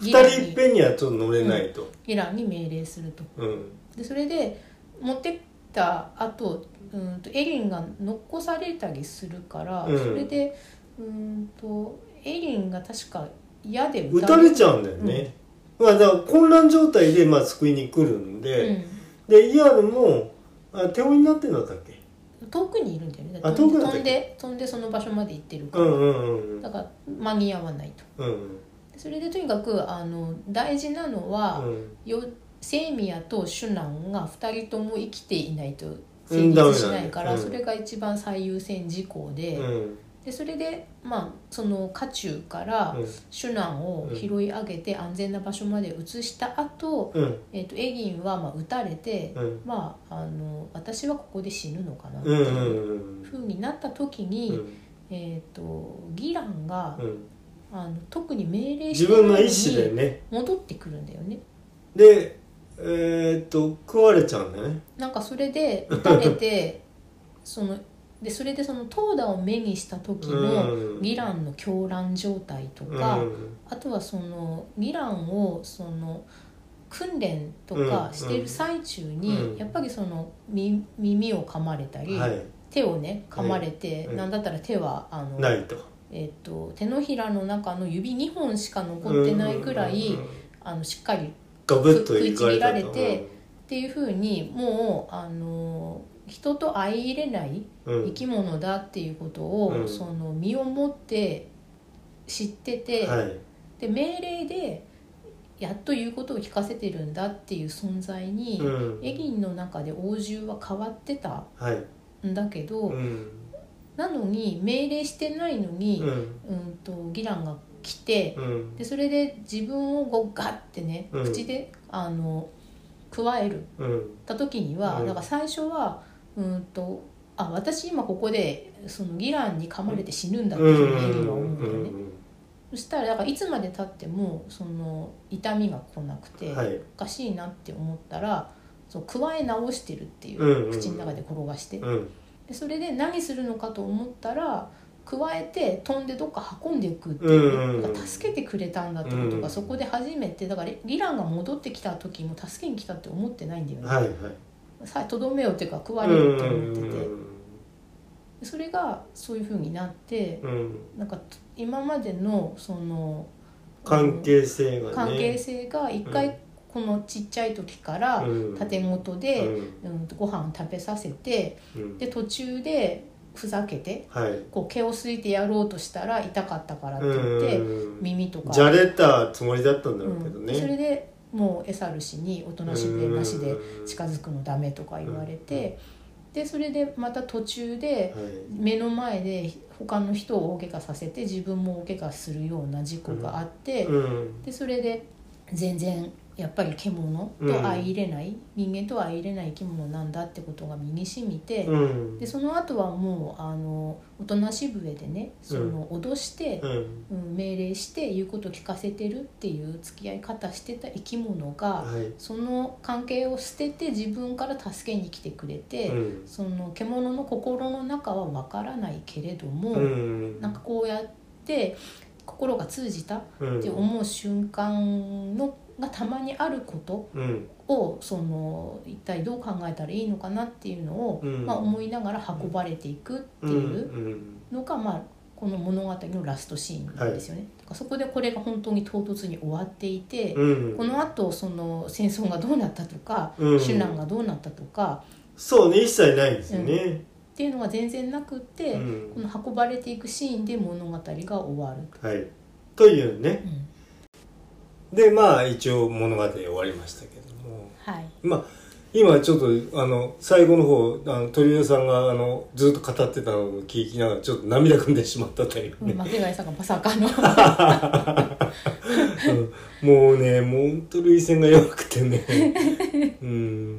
S1: 2
S2: ギラン
S1: 人いっ
S2: に
S1: ぺんにはちょっと乗れないと、
S2: ギランに命令すると。
S1: うん
S2: でそれで持ってった後うんとエリンが残されたりするから、
S1: うん
S2: それでうんとエリンが確か矢で
S1: 撃たれちゃうんだよね、まあ、だから混乱状態でまあ救いに来るん
S2: う
S1: で、
S2: ん
S1: でイアルもあ手負いになってんだったっけ
S2: 遠くにいるんだよね
S1: あ
S2: 飛
S1: 遠く
S2: んで
S1: なんだ
S2: 飛んで飛んでその場所まで行ってるか
S1: う
S2: ら、
S1: んうんうん
S2: だから間に合わないと
S1: うんうん
S2: それでとにかくあの大事なのは、よセイミヤとシュナンが2人とも生きていないと成立しないから、
S1: うんダメなんだよ
S2: そ
S1: うん
S2: れが一番最優先事項で、
S1: うん
S2: でそれでまあその渦中から
S1: うん
S2: シュナンを拾い上げて安全な場所まで移した後、
S1: うん
S2: えっとエギンはまあ撃たれて、
S1: うん
S2: まあ、あの私はここで死ぬのかなって
S1: うんうんう
S2: いうんふうになった時に、
S1: うん
S2: えっとギランが、
S1: うん
S2: あの特に命令
S1: 自
S2: してない
S1: 分の
S2: の
S1: 意思で
S2: に
S1: ね
S2: 戻ってくるんだよね。
S1: でえーっと食われちゃうんだよね
S2: なんかそれで撃たれてそのでそれでそのトーダを目にした時の
S1: うん
S2: ギランの狂乱状態とか、
S1: うん
S2: あとはそのギランをその訓練とかしてる最中に、
S1: うんうん
S2: やっぱりそのみ耳を噛まれたり、
S1: はい
S2: 手をね噛まれて、
S1: うん
S2: なんだったら手はあの、
S1: ないと
S2: えっと手のひらの中の指2本しか残ってないくらい、
S1: うんうんうん
S2: あのしっかりっ
S1: ガブッといかれた
S2: 食いちぎられてていうふうにもうあの人と相入れない
S1: うん
S2: 生き物だっていうことを、
S1: うん
S2: その身をもって知ってて、
S1: はい
S2: で命令でやっと言うことを聞かせてるんだっていう存在に、
S1: うん
S2: エギンの中で王獣は変わってた
S1: はい
S2: んだけど、
S1: うん
S2: なのに命令してないのに
S1: う、ん
S2: うん、とギランが来て
S1: うん
S2: でそれで自分をこうガッてね、
S1: うん
S2: 口であの加える
S1: うん
S2: った時には、
S1: うん
S2: だから最初はうんとあ私今ここでそのギランに噛まれて死ぬんだっていうふうにエリンは思うんだよね、そしたらだからいつまでたってもその痛みが来なくて、
S1: はい
S2: おかしいなって思ったらそう加え直してるってい
S1: うんう
S2: うん口の中で転がして、
S1: うん
S2: でそれで何するのかと思ったら加えて飛んでどっか運んでいくっていうう、
S1: んうん
S2: だから助けてくれたんだってことが、
S1: うん
S2: そこで初めてだからギランが戻ってきた時も助けに来たって思ってないんだよね。
S1: はいはい
S2: さとどめよっていうか食われると思ってて、それがそういう風になって
S1: うんうん
S2: なんかと今までのその
S1: 関係性がね
S2: 関係性が一
S1: うん
S2: 回このちっちゃい時から
S1: うん
S2: 建て事で、うん、ご飯を食べさせて
S1: うんうん
S2: で途中でふざけて
S1: はい
S2: こう毛をすいてやろうとしたら痛かったからって言って、
S1: うん
S2: 耳とか
S1: じゃれたつもりだったんだ
S2: う
S1: ろうけど
S2: ん
S1: ね
S2: でそれでもうエサル氏におとなしべなしで
S1: うん
S2: 近づくのダメとか言われて、でそれでまた途中で
S1: はい
S2: 目の前で他の人を大怪我させて自分も大怪我するような事故があって、
S1: うん
S2: でそれで全然やっぱり獣と相入れない、人間とは相入れない生き物なんだってことが身に染みて、
S1: うん
S2: でその後はもうあのおとなし笛でねその脅して、
S1: うん
S2: うん命令して言うこと聞かせてるっていう付き合い方してた生き物が、
S1: はい
S2: その関係を捨てて自分から助けに来てくれて。
S1: うん
S2: その獣の心の中はわからないけれども、
S1: うん
S2: なんかこうやって心が通じたっ
S1: うん
S2: て思う瞬間のがたまにあること
S1: うん
S2: をその一体どう考えたらいいのかなっていうのを、
S1: うん
S2: まあ、思いながら運ばれていくって
S1: うん
S2: いう
S1: うん
S2: のが、まあ、この物語のラストシーンなんですよね。だからそこでこれが本当に唐突に終わっていて、
S1: うん
S2: このあとその戦争がどうなったとか、
S1: うん
S2: 手段がどうなったとか、
S1: そうね一切ないですよね、
S2: っていうのが全然なくって、
S1: うん
S2: この運ばれていくシーンで物語が終わると、
S1: はいというね
S2: うん
S1: でまあ一応物語終わりましたけども
S2: はい
S1: まあ今ちょっとあの最後の方あの鳥居さんがあのずっと語ってたのを聞きながらちょっと涙ぐんでしまったというね、
S2: 巻貝さんがまさ かの
S1: もうねモントルイ戦が弱くてねうん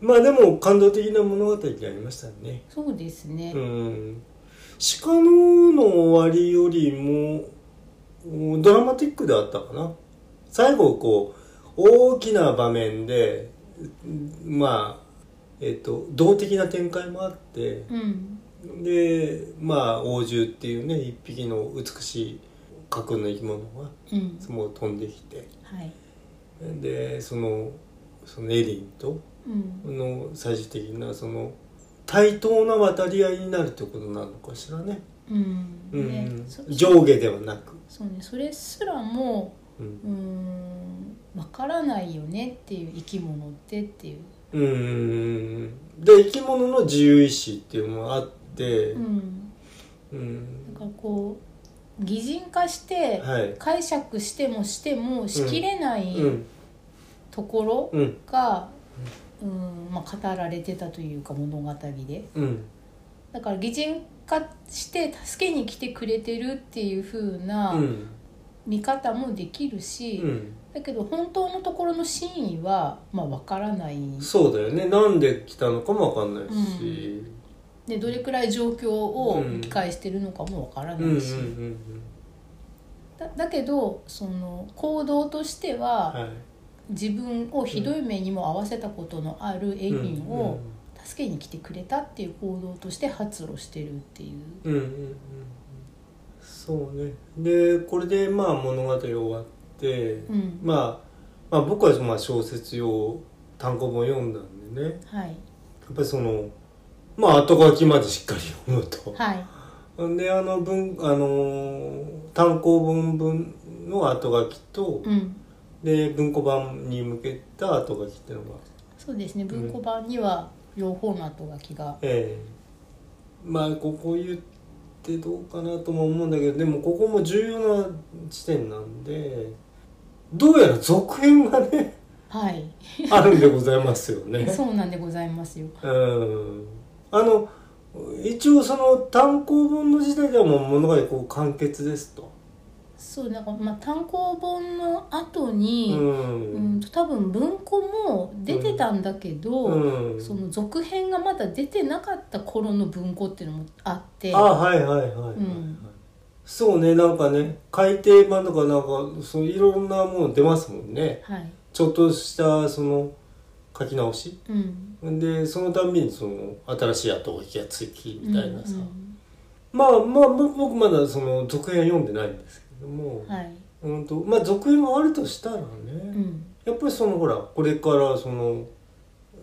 S1: まあでも感動的な物語でありましたね。
S2: そうですね、
S1: うん、鹿の王の終わりよりもうんドラマティックであったかな最後こう大きな場面でうんまあえっと動的な展開もあって
S2: うん
S1: でまあ王獣っていうね一匹の美しい架空の生き物が
S2: うん
S1: もう飛んできて
S2: はい
S1: でそのそのエリンと
S2: うん
S1: の最終的なその対等な渡り合いになるってことなのかしらね。
S2: うん、
S1: うん
S2: ねそ
S1: 上下ではなく、
S2: そうねそれすらも
S1: うん
S2: うーんわからないよねっていう生き物ってっていう、
S1: うーんで生き物の自由意志っていうのもあって、
S2: うん、
S1: うん
S2: なんかこう擬人化して
S1: はい、
S2: 解釈してもしてもしきれない
S1: うん
S2: ところ
S1: うん
S2: が、うんまあ、語られてたというか物語で
S1: うん
S2: だから擬人化して助けに来てくれてるっていう風
S1: う
S2: なん見方もできるし、
S1: うん
S2: だけど本当のところの真意はまあわからない
S1: そうだよねなんで来たのかもわかんないし、
S2: でどれくらい状況を
S1: うん
S2: 理解してるのかもわから
S1: うん、うん
S2: な
S1: うん
S2: いし、
S1: うん
S2: だだけどその行動としては、
S1: はい
S2: 自分をひどい目にも合わせたことのあるエイミンを助けに来てくれたっていう行動として発露してるってい
S1: う
S2: う。
S1: んうんうんうんそうねでこれでまあ物語終わって、
S2: うん
S1: まあ、まあ僕はまあ小説用単行本読んだんでね、
S2: はい、
S1: やっぱりそのまあ後書きまでしっかり読むと。
S2: はい、
S1: であの文あのー単行本分の後書きと、
S2: うん、
S1: で文庫版に向けた後書きっていうのが、
S2: そうですね文庫版には両方の後書きが、
S1: ええまあここ言ってどうかなとも思うんだけどでもここも重要な地点なんでどうやら続編がね
S2: はい、
S1: あるんでございますよね。
S2: そうなんでございますよ。
S1: うんあの一応その単行本の時代ではもう物語こう完結ですと。
S2: そうなんかまあ単行本の後
S1: う
S2: に、うん
S1: ん
S2: と多分文庫も出てたんだけど、
S1: うん
S2: その続編がまだ出てなかった頃の文庫っていうのもあって
S1: あはいはいはいはい、
S2: うん
S1: そうねなんかね改訂版とかなんかそういろんなもの出ますもんね
S2: はい、
S1: ちょっとしたその書き直し
S2: うん、
S1: でそのたんびにその新しい後書きがつきみたいなさ、
S2: うんうん
S1: まあまあ僕僕まだその続編読んでないんですけども、
S2: はい、
S1: うんとまあ続編があるとしたらね、
S2: うん、
S1: やっぱりそのほらこれからその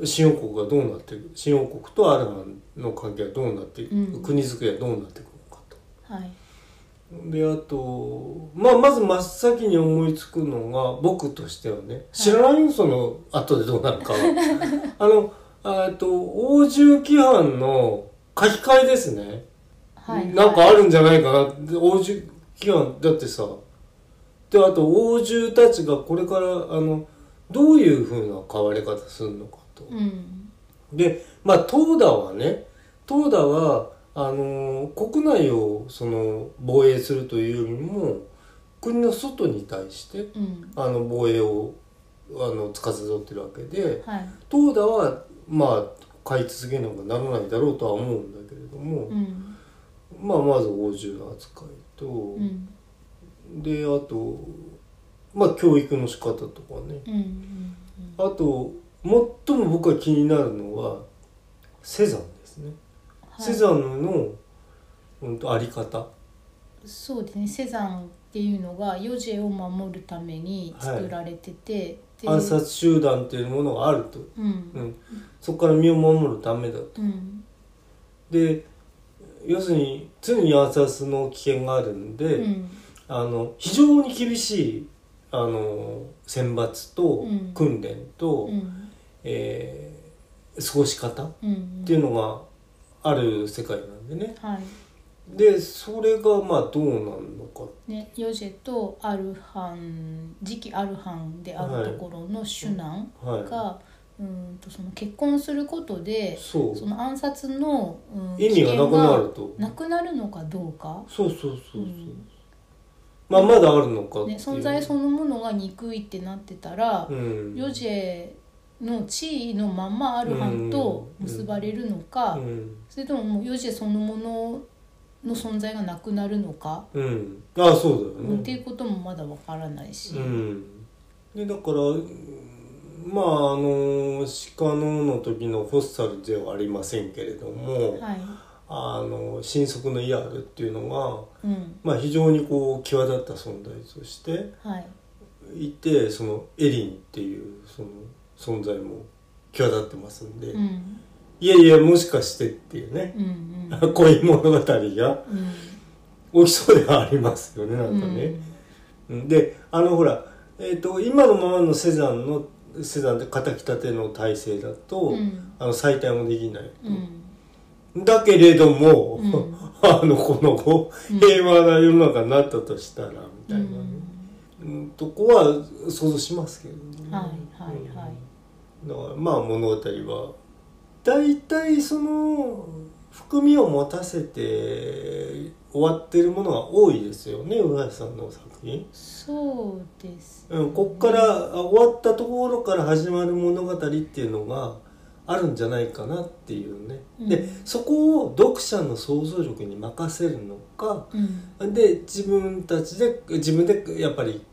S1: 新王国がどうなっていく新王国とアルハンの関係はどうなっていく、
S2: うん
S1: 国づくりはどうなっていくのかと。
S2: はい、
S1: であと、まあ、まず真っ先に思いつくのが僕としてはね知らないよその後でどうなるかは。あのあえっと王獣規範の書き換えですね、
S2: はい、
S1: なんかあるんじゃないかなって王獣規範だってさであと王獣たちがこれからあのどういうふうな変わり方するのかと。
S2: うん、
S1: でまあ東田はね東田はあのー国内をその防衛するというよりも国の外に対して
S2: うん、
S1: あの防衛をあの司ってるわけで
S2: はい、
S1: 東田はまあ買い続けなきゃならないだろうとは思うんだけれども、
S2: うん、
S1: まあまず王獣の扱いと、
S2: うん、
S1: であとまあ教育の仕方とかね
S2: うん、うん、
S1: あと最も僕が気になるのはセザンですね。
S2: はい
S1: セザンヌの、うん、とあり方
S2: そうですねセザンっていうのがヨジェを守るために作られてて、で
S1: 暗殺集団っていうものがあると、
S2: うんう
S1: うんん、そこから身を守るためだと
S2: うん
S1: で要するに常に暗殺の危険があるんで、あの非常に厳しいあの選抜と
S2: うん
S1: 訓練と、
S2: うん
S1: えー過ごし方っ
S2: うん
S1: ていうのがある世界なんでね
S2: は
S1: でそれがまあどうなるのか
S2: いねヨジェとアルハン次期アルハンであるところのシュナン
S1: はい
S2: が、うんとその結婚することで
S1: そう
S2: その暗殺の、うん、
S1: 意味がなくなると
S2: 危険がなくなるのかどうか、
S1: そうそうそうそう、
S2: うん
S1: まあまだあるのかっていう
S2: ね、存在そのものが憎いってなってたら、
S1: うん
S2: ヨジェの地位のまんまアルハンと結ばれるのか、
S1: うん
S2: それとももうヨジェそのものの存在がなくなるのか、
S1: うん、あそうだよ
S2: うんって
S1: ね
S2: いうこともまだわからないし、
S1: うん、でだからうんまああの鹿のの時のホッサルではありませんけれども、
S2: はい、
S1: あの新速のイヤールっていうのが、
S2: うん、
S1: まあ、非常にこう際立った存在として
S2: はい、
S1: いてそのエリンっていうその存在も際立ってますんで、
S2: うん、
S1: いやいやもしかしてっていうね、
S2: うん、うん、
S1: 恋物語が
S2: うん、
S1: 起きそうではありますよねなんかね。うんであのほら、えー、と今のままのセザンのセザンで敵立ての体制だと、
S2: うん
S1: あの再退もできない、
S2: うん、
S1: だけれども、
S2: うん
S1: あのこの後
S2: うん
S1: 平和な世の中になったとしたらみたいな、
S2: うん、
S1: うんとこは想像しますけどね、
S2: はい、はい、はい、
S1: うんだからまあ物語は大体その含みを持たせて終わってるものが多いですよね上橋さんの作品。
S2: そうです、
S1: うん、こっからあ終わったところから始まる物語っていうのがあるんじゃないかなっていうね、
S2: うん
S1: でそこを読者の想像力に任せるのか
S2: うん、
S1: で自分たちで自分でやっぱり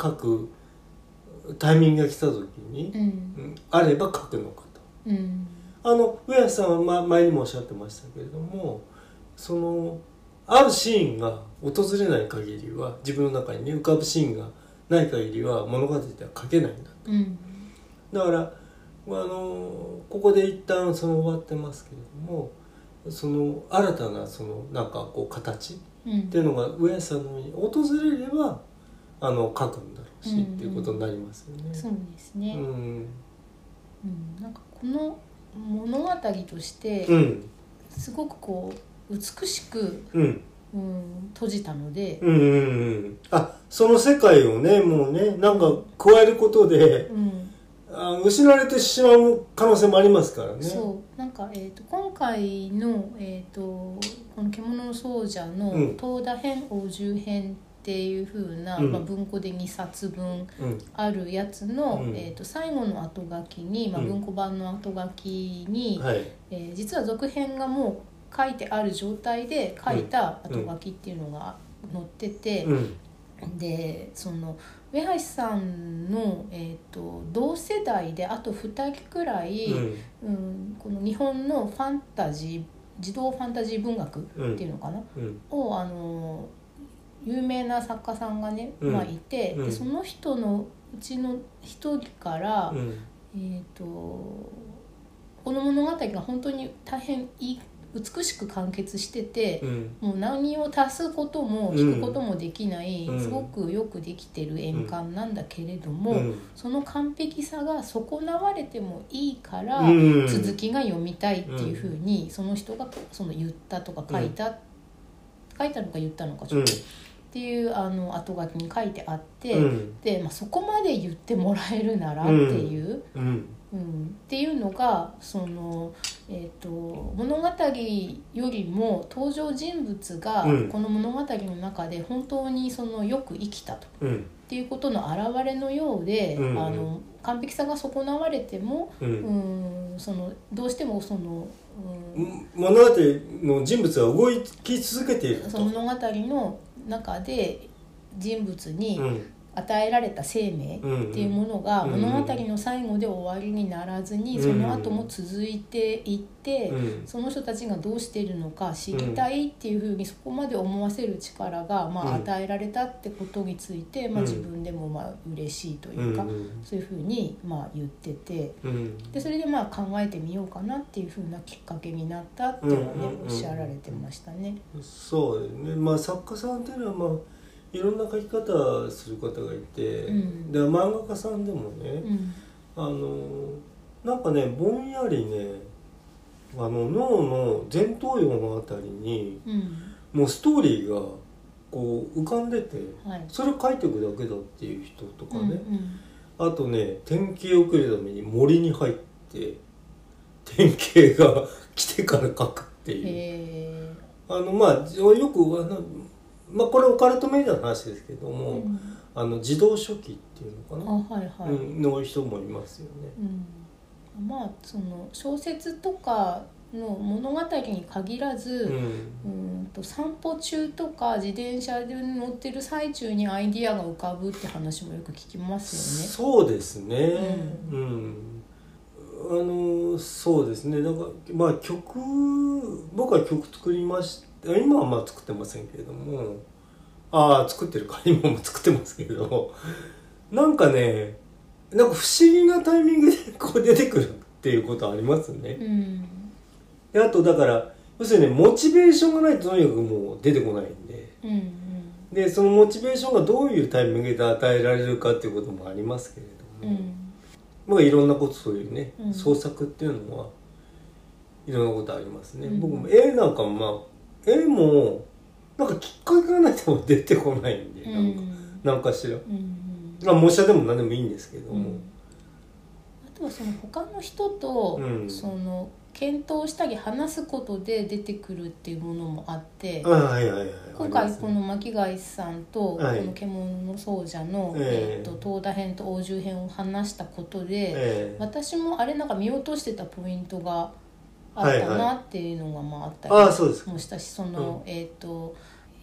S1: 書くタイミングが来た時に
S2: う、ん、
S1: うんあれば書くのかと。
S2: うん、
S1: あの上橋さんは、ま、前にもおっしゃってましたけれどもそのあるシーンが訪れない限りは自分の中にね浮かぶシーンがない限りは物語では書けないんだ
S2: うん、
S1: だからあのここで一旦その終わってますけれどもその新たなそのなんかこう形っ
S2: うん
S1: ていうのが上橋さんのように訪れればあの書くんだろうし、
S2: うん
S1: っていうことになりますよね。
S2: そうですね。
S1: うん
S2: うん、なんかこの物語として
S1: うん
S2: すごくこう美しく、
S1: うん
S2: うん、閉じたので、
S1: うんうんうん、あその世界をねもうねなんか加えることで
S2: うん
S1: あ失われてしまう可能性もありますからね。
S2: そうなんか、えー、と今回の、えーと「この獣の奏者」の
S1: うん
S2: 「東田編」「王獣編」っていう風な、
S1: うん
S2: まあ、文庫で2冊分
S1: うん
S2: あるやつの、
S1: うん
S2: えー、と最後の後書きに、まあ、
S1: うん
S2: 文庫版の後書きに、
S1: はい
S2: えー実は続編がもう書いてある状態で書いた後書きっていうのが載ってて。
S1: うん
S2: でその上橋さんの、えー、と同世代であと2人くらい、
S1: うん
S2: うんこの日本のファンタジー児童ファンタジー文学っ
S1: うん
S2: ていうのかな、
S1: うん
S2: をあの有名な作家さんがね、
S1: うん
S2: まあ、いて、
S1: うん
S2: でその人のうちの一人から、
S1: うん
S2: えー、とこの物語が本当に大変いい美しく完結してて。
S1: うん
S2: もう何を足すことも引くこともできない、
S1: うん
S2: すごくよくできてる円環なんだけれども、
S1: うん
S2: その完璧さが損なわれてもいいから、
S1: うん
S2: 続きが読みたいっていうふうに、その人がその言ったとか書いた、書いたのか言ったのかちょっと、っていうあの後書きに書いてあって、
S1: うん
S2: でまあ、そこまで言ってもらえるならっていう。
S1: うん
S2: うん、っていうのがその、えー、と物語よりも登場人物が
S1: うん
S2: この物語の中で本当にそのよく生きたと。
S1: うん
S2: っていうことの表れのようで、
S1: うんうん
S2: あの完璧さが損なわれても、
S1: う
S2: うんん、そのどうしてもその,、うん、
S1: 物語の人物は動き続けている
S2: そ
S1: と。
S2: の物語の中で人物に
S1: うん
S2: 与えられた生命っていうものが
S1: うんうん
S2: 物語の最後で終わりにならずに、
S1: うん
S2: その後も続いていって、
S1: うん
S2: その人たちがどうしているのか知りたいっていうふうにそこまで思わせる力が、ま
S1: うん
S2: あ、与えられたってことについて、まあ、
S1: うん
S2: 自分でもまあ嬉しいと
S1: う
S2: い
S1: ん
S2: うか、
S1: うん
S2: そういうふうにまあ言ってて
S1: うん
S2: でそれでまあ考えてみようかなっていうふうなきっかけになったっていうのをね、
S1: うんうんうん
S2: おっしゃられてましたね。
S1: そうですね、まあ、作家さんっていうのは、まあ、いろんな書き方する方がいて、
S2: うん
S1: で漫画家さんでもね、
S2: うん
S1: あのなんかねぼんやりねあの脳の前頭葉のあたりに
S2: うん
S1: もうストーリーがこう浮かんでて
S2: はい
S1: それを書いていくだけだっていう人とか
S2: うん
S1: ね、あとね典型を受けるために森に入って典型が来てから書くって
S2: うん
S1: いう。
S2: へ
S1: あのまあよくあのまあこれオカルトメディアの話ですけど
S2: ー
S1: も、
S2: うん
S1: あの自動書記っていうのかな、
S2: あはいはい、
S1: うんの人もいますよね。
S2: うん、まあその小説とかの物語に限ら
S1: う
S2: ず、
S1: ん
S2: うん、と散歩中とか自転車で乗ってる最中にアイディアが浮かぶって話もよく聞きますよね。
S1: そうですね。う。
S2: うん
S1: あのそうですね。なんかまあ曲僕は曲作りました。今はまあ作ってませんけれども、ああ作ってるか今も作ってますけど、なんかね、なんか不思議なタイミングでこう出てくるっていうことありますね。
S2: うん、
S1: であとだから要するにモチベーションがないととにかくもう出てこないんで。
S2: うん、うん、
S1: でそのモチベーションがどういうタイミングで与えられるかっていうこともありますけれ
S2: う
S1: ども、
S2: ん、
S1: まあいろんなことそういうね、
S2: うん
S1: 創作っていうのはいろんなことありますね、
S2: うん
S1: 僕も絵なんかもまあ絵もなんかきっかけがないと出てこないんで、
S2: うん、う
S1: なんかな
S2: ん、
S1: んかしら、
S2: うん、
S1: まあ、模写でも何でもいいんですけど
S2: う
S1: も、
S2: ん、あとはその他の人と、
S1: うん
S2: その検討したり話すことで出てくるっていうものもあって、
S1: あはいはいはい
S2: 今
S1: あり
S2: 回
S1: ます
S2: こ
S1: ね
S2: の巻貝さんとこ
S1: はい
S2: の「獣の奏者の」
S1: ええ
S2: えーと東大編と王獣編を話したことで、
S1: ええ
S2: 私もあれなんか見落としてたポイントがあったなっていうのがまああった
S1: ああそうですか
S2: もしたしその、えっ、と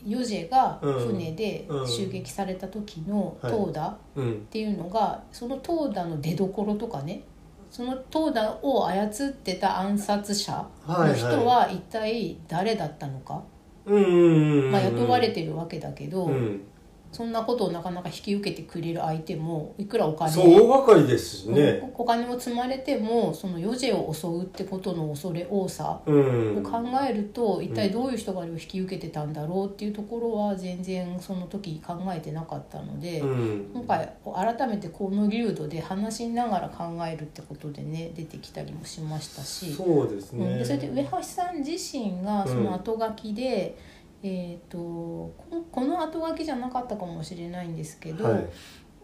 S2: ヨジェが船で
S1: うん
S2: 襲撃された時の
S1: はい
S2: 東田、
S1: うん
S2: っていうのがその東田の出どころとかねその東田を操ってた暗殺者の人は一体誰だったのか、
S1: うんうんうんうん
S2: まあ、雇われてるわけだけど、
S1: うん
S2: そんなことをなかなか引き受けてくれる相手もいくらお金
S1: そう大掛かりですしね、
S2: おお金を積まれてもその余事を襲うってことの恐れ多さ
S1: うん
S2: を考えると一体どういう人があれを引き受けてたんだろうっていうところは全然その時考えてなかったので。
S1: うん
S2: 今回改めてこの流度で話しながら考えるってことでね出てきたりもしましたし
S1: そうです
S2: うん
S1: ね。
S2: でそれで上橋さん自身がそ
S1: うん
S2: の後書きで、えー、とこのこの後書きじゃなかったかもしれないんですけど、
S1: はい、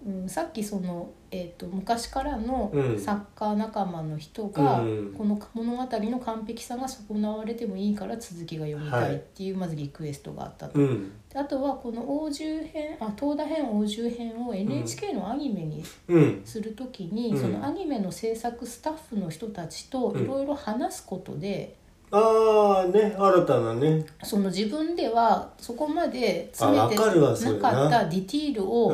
S2: うん、さっきその、えー、と昔からの
S1: うん
S2: 作家仲間の人が、
S1: うん
S2: この物語の完璧さが損なわれてもいいから続きが読みたいっていう、まずリクエストがあったと
S1: うん、
S2: であとはこの王獣編あ東大編王獣編を NHK のアニメに
S1: うん、
S2: するときに、
S1: うん
S2: そのアニメの制作スタッフの人たちと
S1: うん
S2: いろいろ話すことで、
S1: ああね、新たなね、
S2: その自分ではそこまで詰
S1: あ
S2: め
S1: わ
S2: て
S1: かるわそれな
S2: なかったディティール
S1: う
S2: を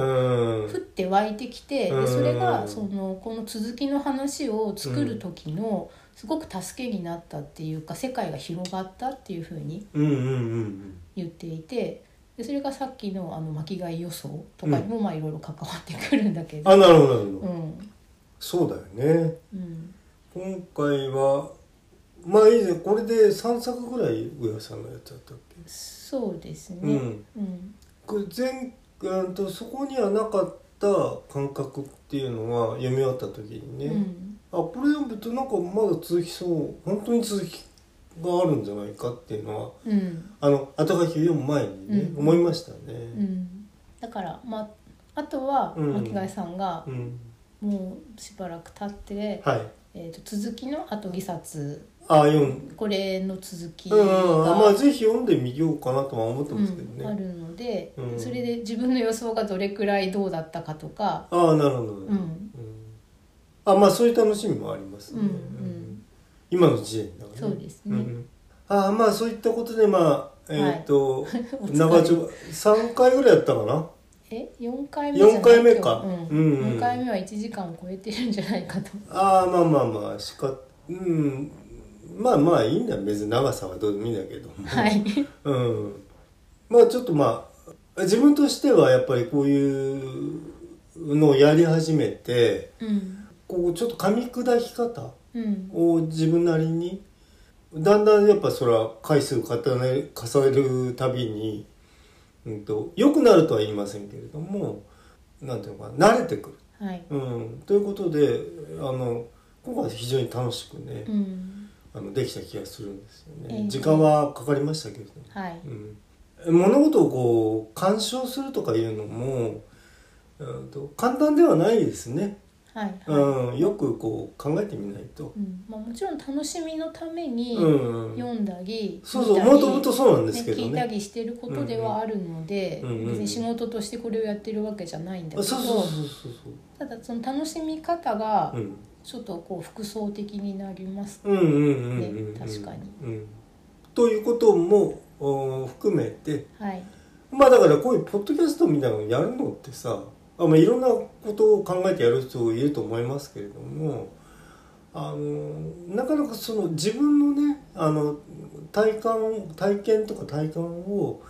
S1: ん、
S2: 降って湧いてきて、
S1: うん
S2: でそれ
S1: うん
S2: がそのこの続きの話を作る時のすごく助けになったっていうか世界が広がったっていうふうに
S1: うんうんうん
S2: 言っていてでそれがさっきのあの巻き貝予想とかにもまあいろいろ関わってくるんだけ
S1: うん。
S2: ど、
S1: あ、なるほどなるほ
S2: う
S1: ど。
S2: ん
S1: そうだよね。
S2: うん
S1: 今回は、まあ以前これで三作ぐらい上尾さんのやつだったっ
S2: そうです
S1: け。
S2: ね、
S1: うん。
S2: うん
S1: これ前うんとそこにはなかった感覚っていうのは読み終わった時にね、
S2: うん
S1: あこれ読むとなんかまだ続きそう、本当に続きがあるんじゃないかっていうのは。
S2: うん
S1: あの後書きを読む前にね、
S2: うん
S1: 思いました
S2: う
S1: ね。
S2: ん、だから、まあ、あとは
S1: うん
S2: 巻貝さんが
S1: うん、
S2: もうしばらく経って、
S1: はい。
S2: えー、と続きの後2冊
S1: あ読ん。
S2: これの続き
S1: うんうんうん、まあ
S2: が。
S1: ぜひ読んでみようかなとは思って
S2: う
S1: ますけど
S2: ん、
S1: ね。
S2: あるので、
S1: うん
S2: それで自分の予想がどれくらいどうだったかとか、
S1: ああなるほど。
S2: う
S1: うん
S2: ん
S1: あまあそういう楽しみもありますね。
S2: うんうん
S1: 今の時点だから、ね。
S2: そうですね
S1: んああまあそういったことでまあえっ、と、
S2: お疲れ
S1: 長丁三回ぐらいやったかな。
S2: え4回目じゃない
S1: 4回目か
S2: 今日
S1: う
S2: うんん
S1: うん
S2: 4回目は1時間を超えてるんじゃないかと
S1: ああまあまあまあしかうんまあまあいいんだよ別に長さはどうでもいいんだけど。
S2: はい
S1: うん、まあちょっとまあ自分としてはやっぱりこういうのをやり始めて
S2: うん
S1: こうちょっと噛み砕き方
S2: うん
S1: を自分なりにだんだんやっぱそれは回数重ね重ねるたびに、うん、と良くなるとは言いませんけれどもなんていうのかな慣れてく
S2: はい
S1: る、うん。ということであの今回は非常に楽しくね、
S2: うん
S1: あのできた気がするんですよね。
S2: ええ
S1: 時間はかかりましたけれども。
S2: はい
S1: うん、物事をこう鑑賞するとかいうのも、うん、と簡単ではないですね。
S2: はいはい、
S1: うん、よくこう考えてみないと、
S2: うんまあ、もちろん楽しみのために
S1: うん、
S2: 読んだり、
S1: そうそう
S2: 見たり
S1: もともとそうなんです
S2: ね
S1: けど
S2: 聞いた
S1: ね
S2: りしてることではあるので、
S1: うんうんうんうん
S2: 別に仕事としてこれをやってるわけじゃないんだ
S1: そう
S2: け
S1: そ
S2: ど
S1: うそうそうそう
S2: ただその楽しみ方が
S1: うん
S2: ちょっとこう服装的になります、
S1: うんうんうんうんうん
S2: ね確かに
S1: うん、ということもお含めて
S2: はい
S1: まあだからこういうポッドキャストみたいなのやるのってさあ、まあ、いろんなことを考えてやる人いると思いますけれどもあのなかなかその自分のねあの体感体験とか体感を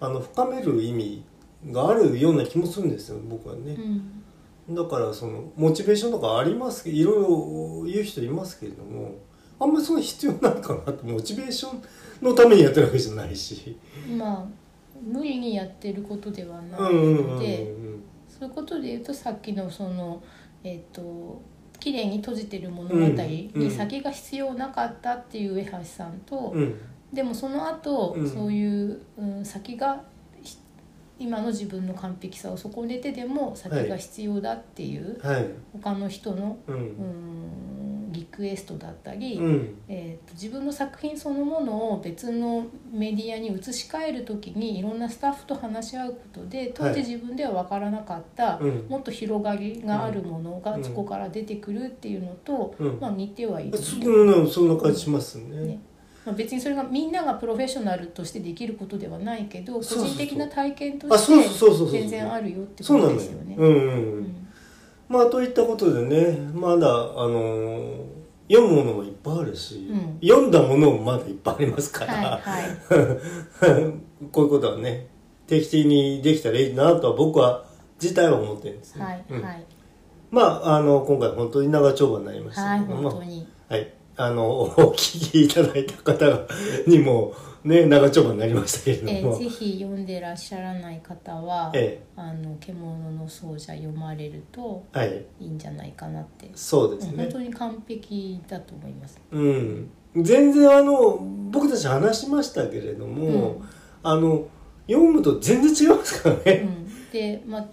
S1: あの深める意味があるような気もするんですよ僕はね。
S2: うん
S1: だからそのモチベーションとかありますけどいろいろ言う人いますけれどもあんまりその必要ないかなってモチベーションのためにやってるわけじゃないし。
S2: まあ無理にやってることではない
S1: うんうんうんう
S2: の
S1: ん
S2: で、そういうことで言うとさっきのそのえっ、と綺麗に閉じてる物語
S1: うんうん
S2: に先が必要なかったっていう上橋さんと、
S1: うん
S2: でもその後、
S1: うん
S2: そういう、うん、先がひ今の自分の完璧さを損ねてでも先が必要だっていう、
S1: はい
S2: 他の人の、
S1: う
S2: うんん、リクエストだったり、
S1: うん
S2: えーと自分の作品そのものを別のメディアに移し替える時にいろんなスタッフと話し合うことで当時
S1: はい
S2: 自分では分からなかった、
S1: うん
S2: もっと広がりがあるもの
S1: う
S2: が
S1: ん
S2: そこから出てくるっていうのと、
S1: うん
S2: まあ、似てはいる、
S1: そうんそんな感じしますね
S2: ねまあ、別にそれがみんながプロフェッショナルとしてできることではないけど個
S1: そうそうそう
S2: 人的な体験と
S1: あそう
S2: して
S1: そうそうそうそう
S2: 全然あるよって
S1: そ
S2: こ
S1: うな
S2: と
S1: の
S2: です
S1: よ
S2: よね。
S1: うんうん
S2: う
S1: うん
S2: ん
S1: まあといったことでねまだあのー読むものもいっぱいあるし、
S2: うん
S1: 読んだものもまだいっぱいありますか
S2: はい
S1: ら、
S2: はい、
S1: こういうことはね定期的にできたらいいなとは僕は自体は思ってるんですね、
S2: はい、
S1: うん
S2: はい、
S1: まああの今回本当に長丁場になりました
S2: はい、
S1: けども
S2: 本当に。
S1: はいあの お聞きいただいた方がにもね長丁場になりましたけれ
S2: え
S1: ど
S2: ー
S1: も
S2: ぜひ読んでらっしゃらない方は、
S1: え
S2: あの獣の奏者読まれると
S1: えはい
S2: いいんじゃないかなって、
S1: そうで
S2: う
S1: す
S2: ん本
S1: ね
S2: 当に完璧だと思います。
S1: うん全然あの僕たち話しましたけれども、
S2: う
S1: あの読むと全然違いますから
S2: う
S1: ね、
S2: ん、で、まあ、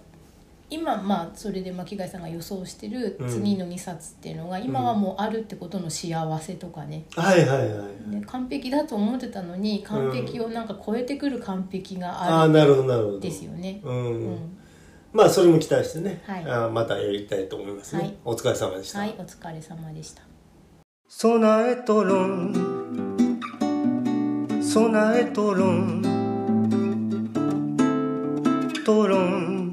S2: 今、まあ、それで巻貝さんが予想してる次の2冊っていうのが、今はもうあるってことの幸せとかね、
S1: はいはいはいはい
S2: ね完璧だと思ってたのに完璧をなんか超えてくる完璧
S1: あ
S2: が
S1: あー
S2: ある
S1: なるほどなるほど
S2: んですよね。
S1: うん
S2: うん
S1: まあそれも期待してね、
S2: はい
S1: あーまたやりたいと思いますね、
S2: はい
S1: お疲れ様でした、
S2: はい、お疲れ様でした。
S1: 備えとろん備えとろんとろん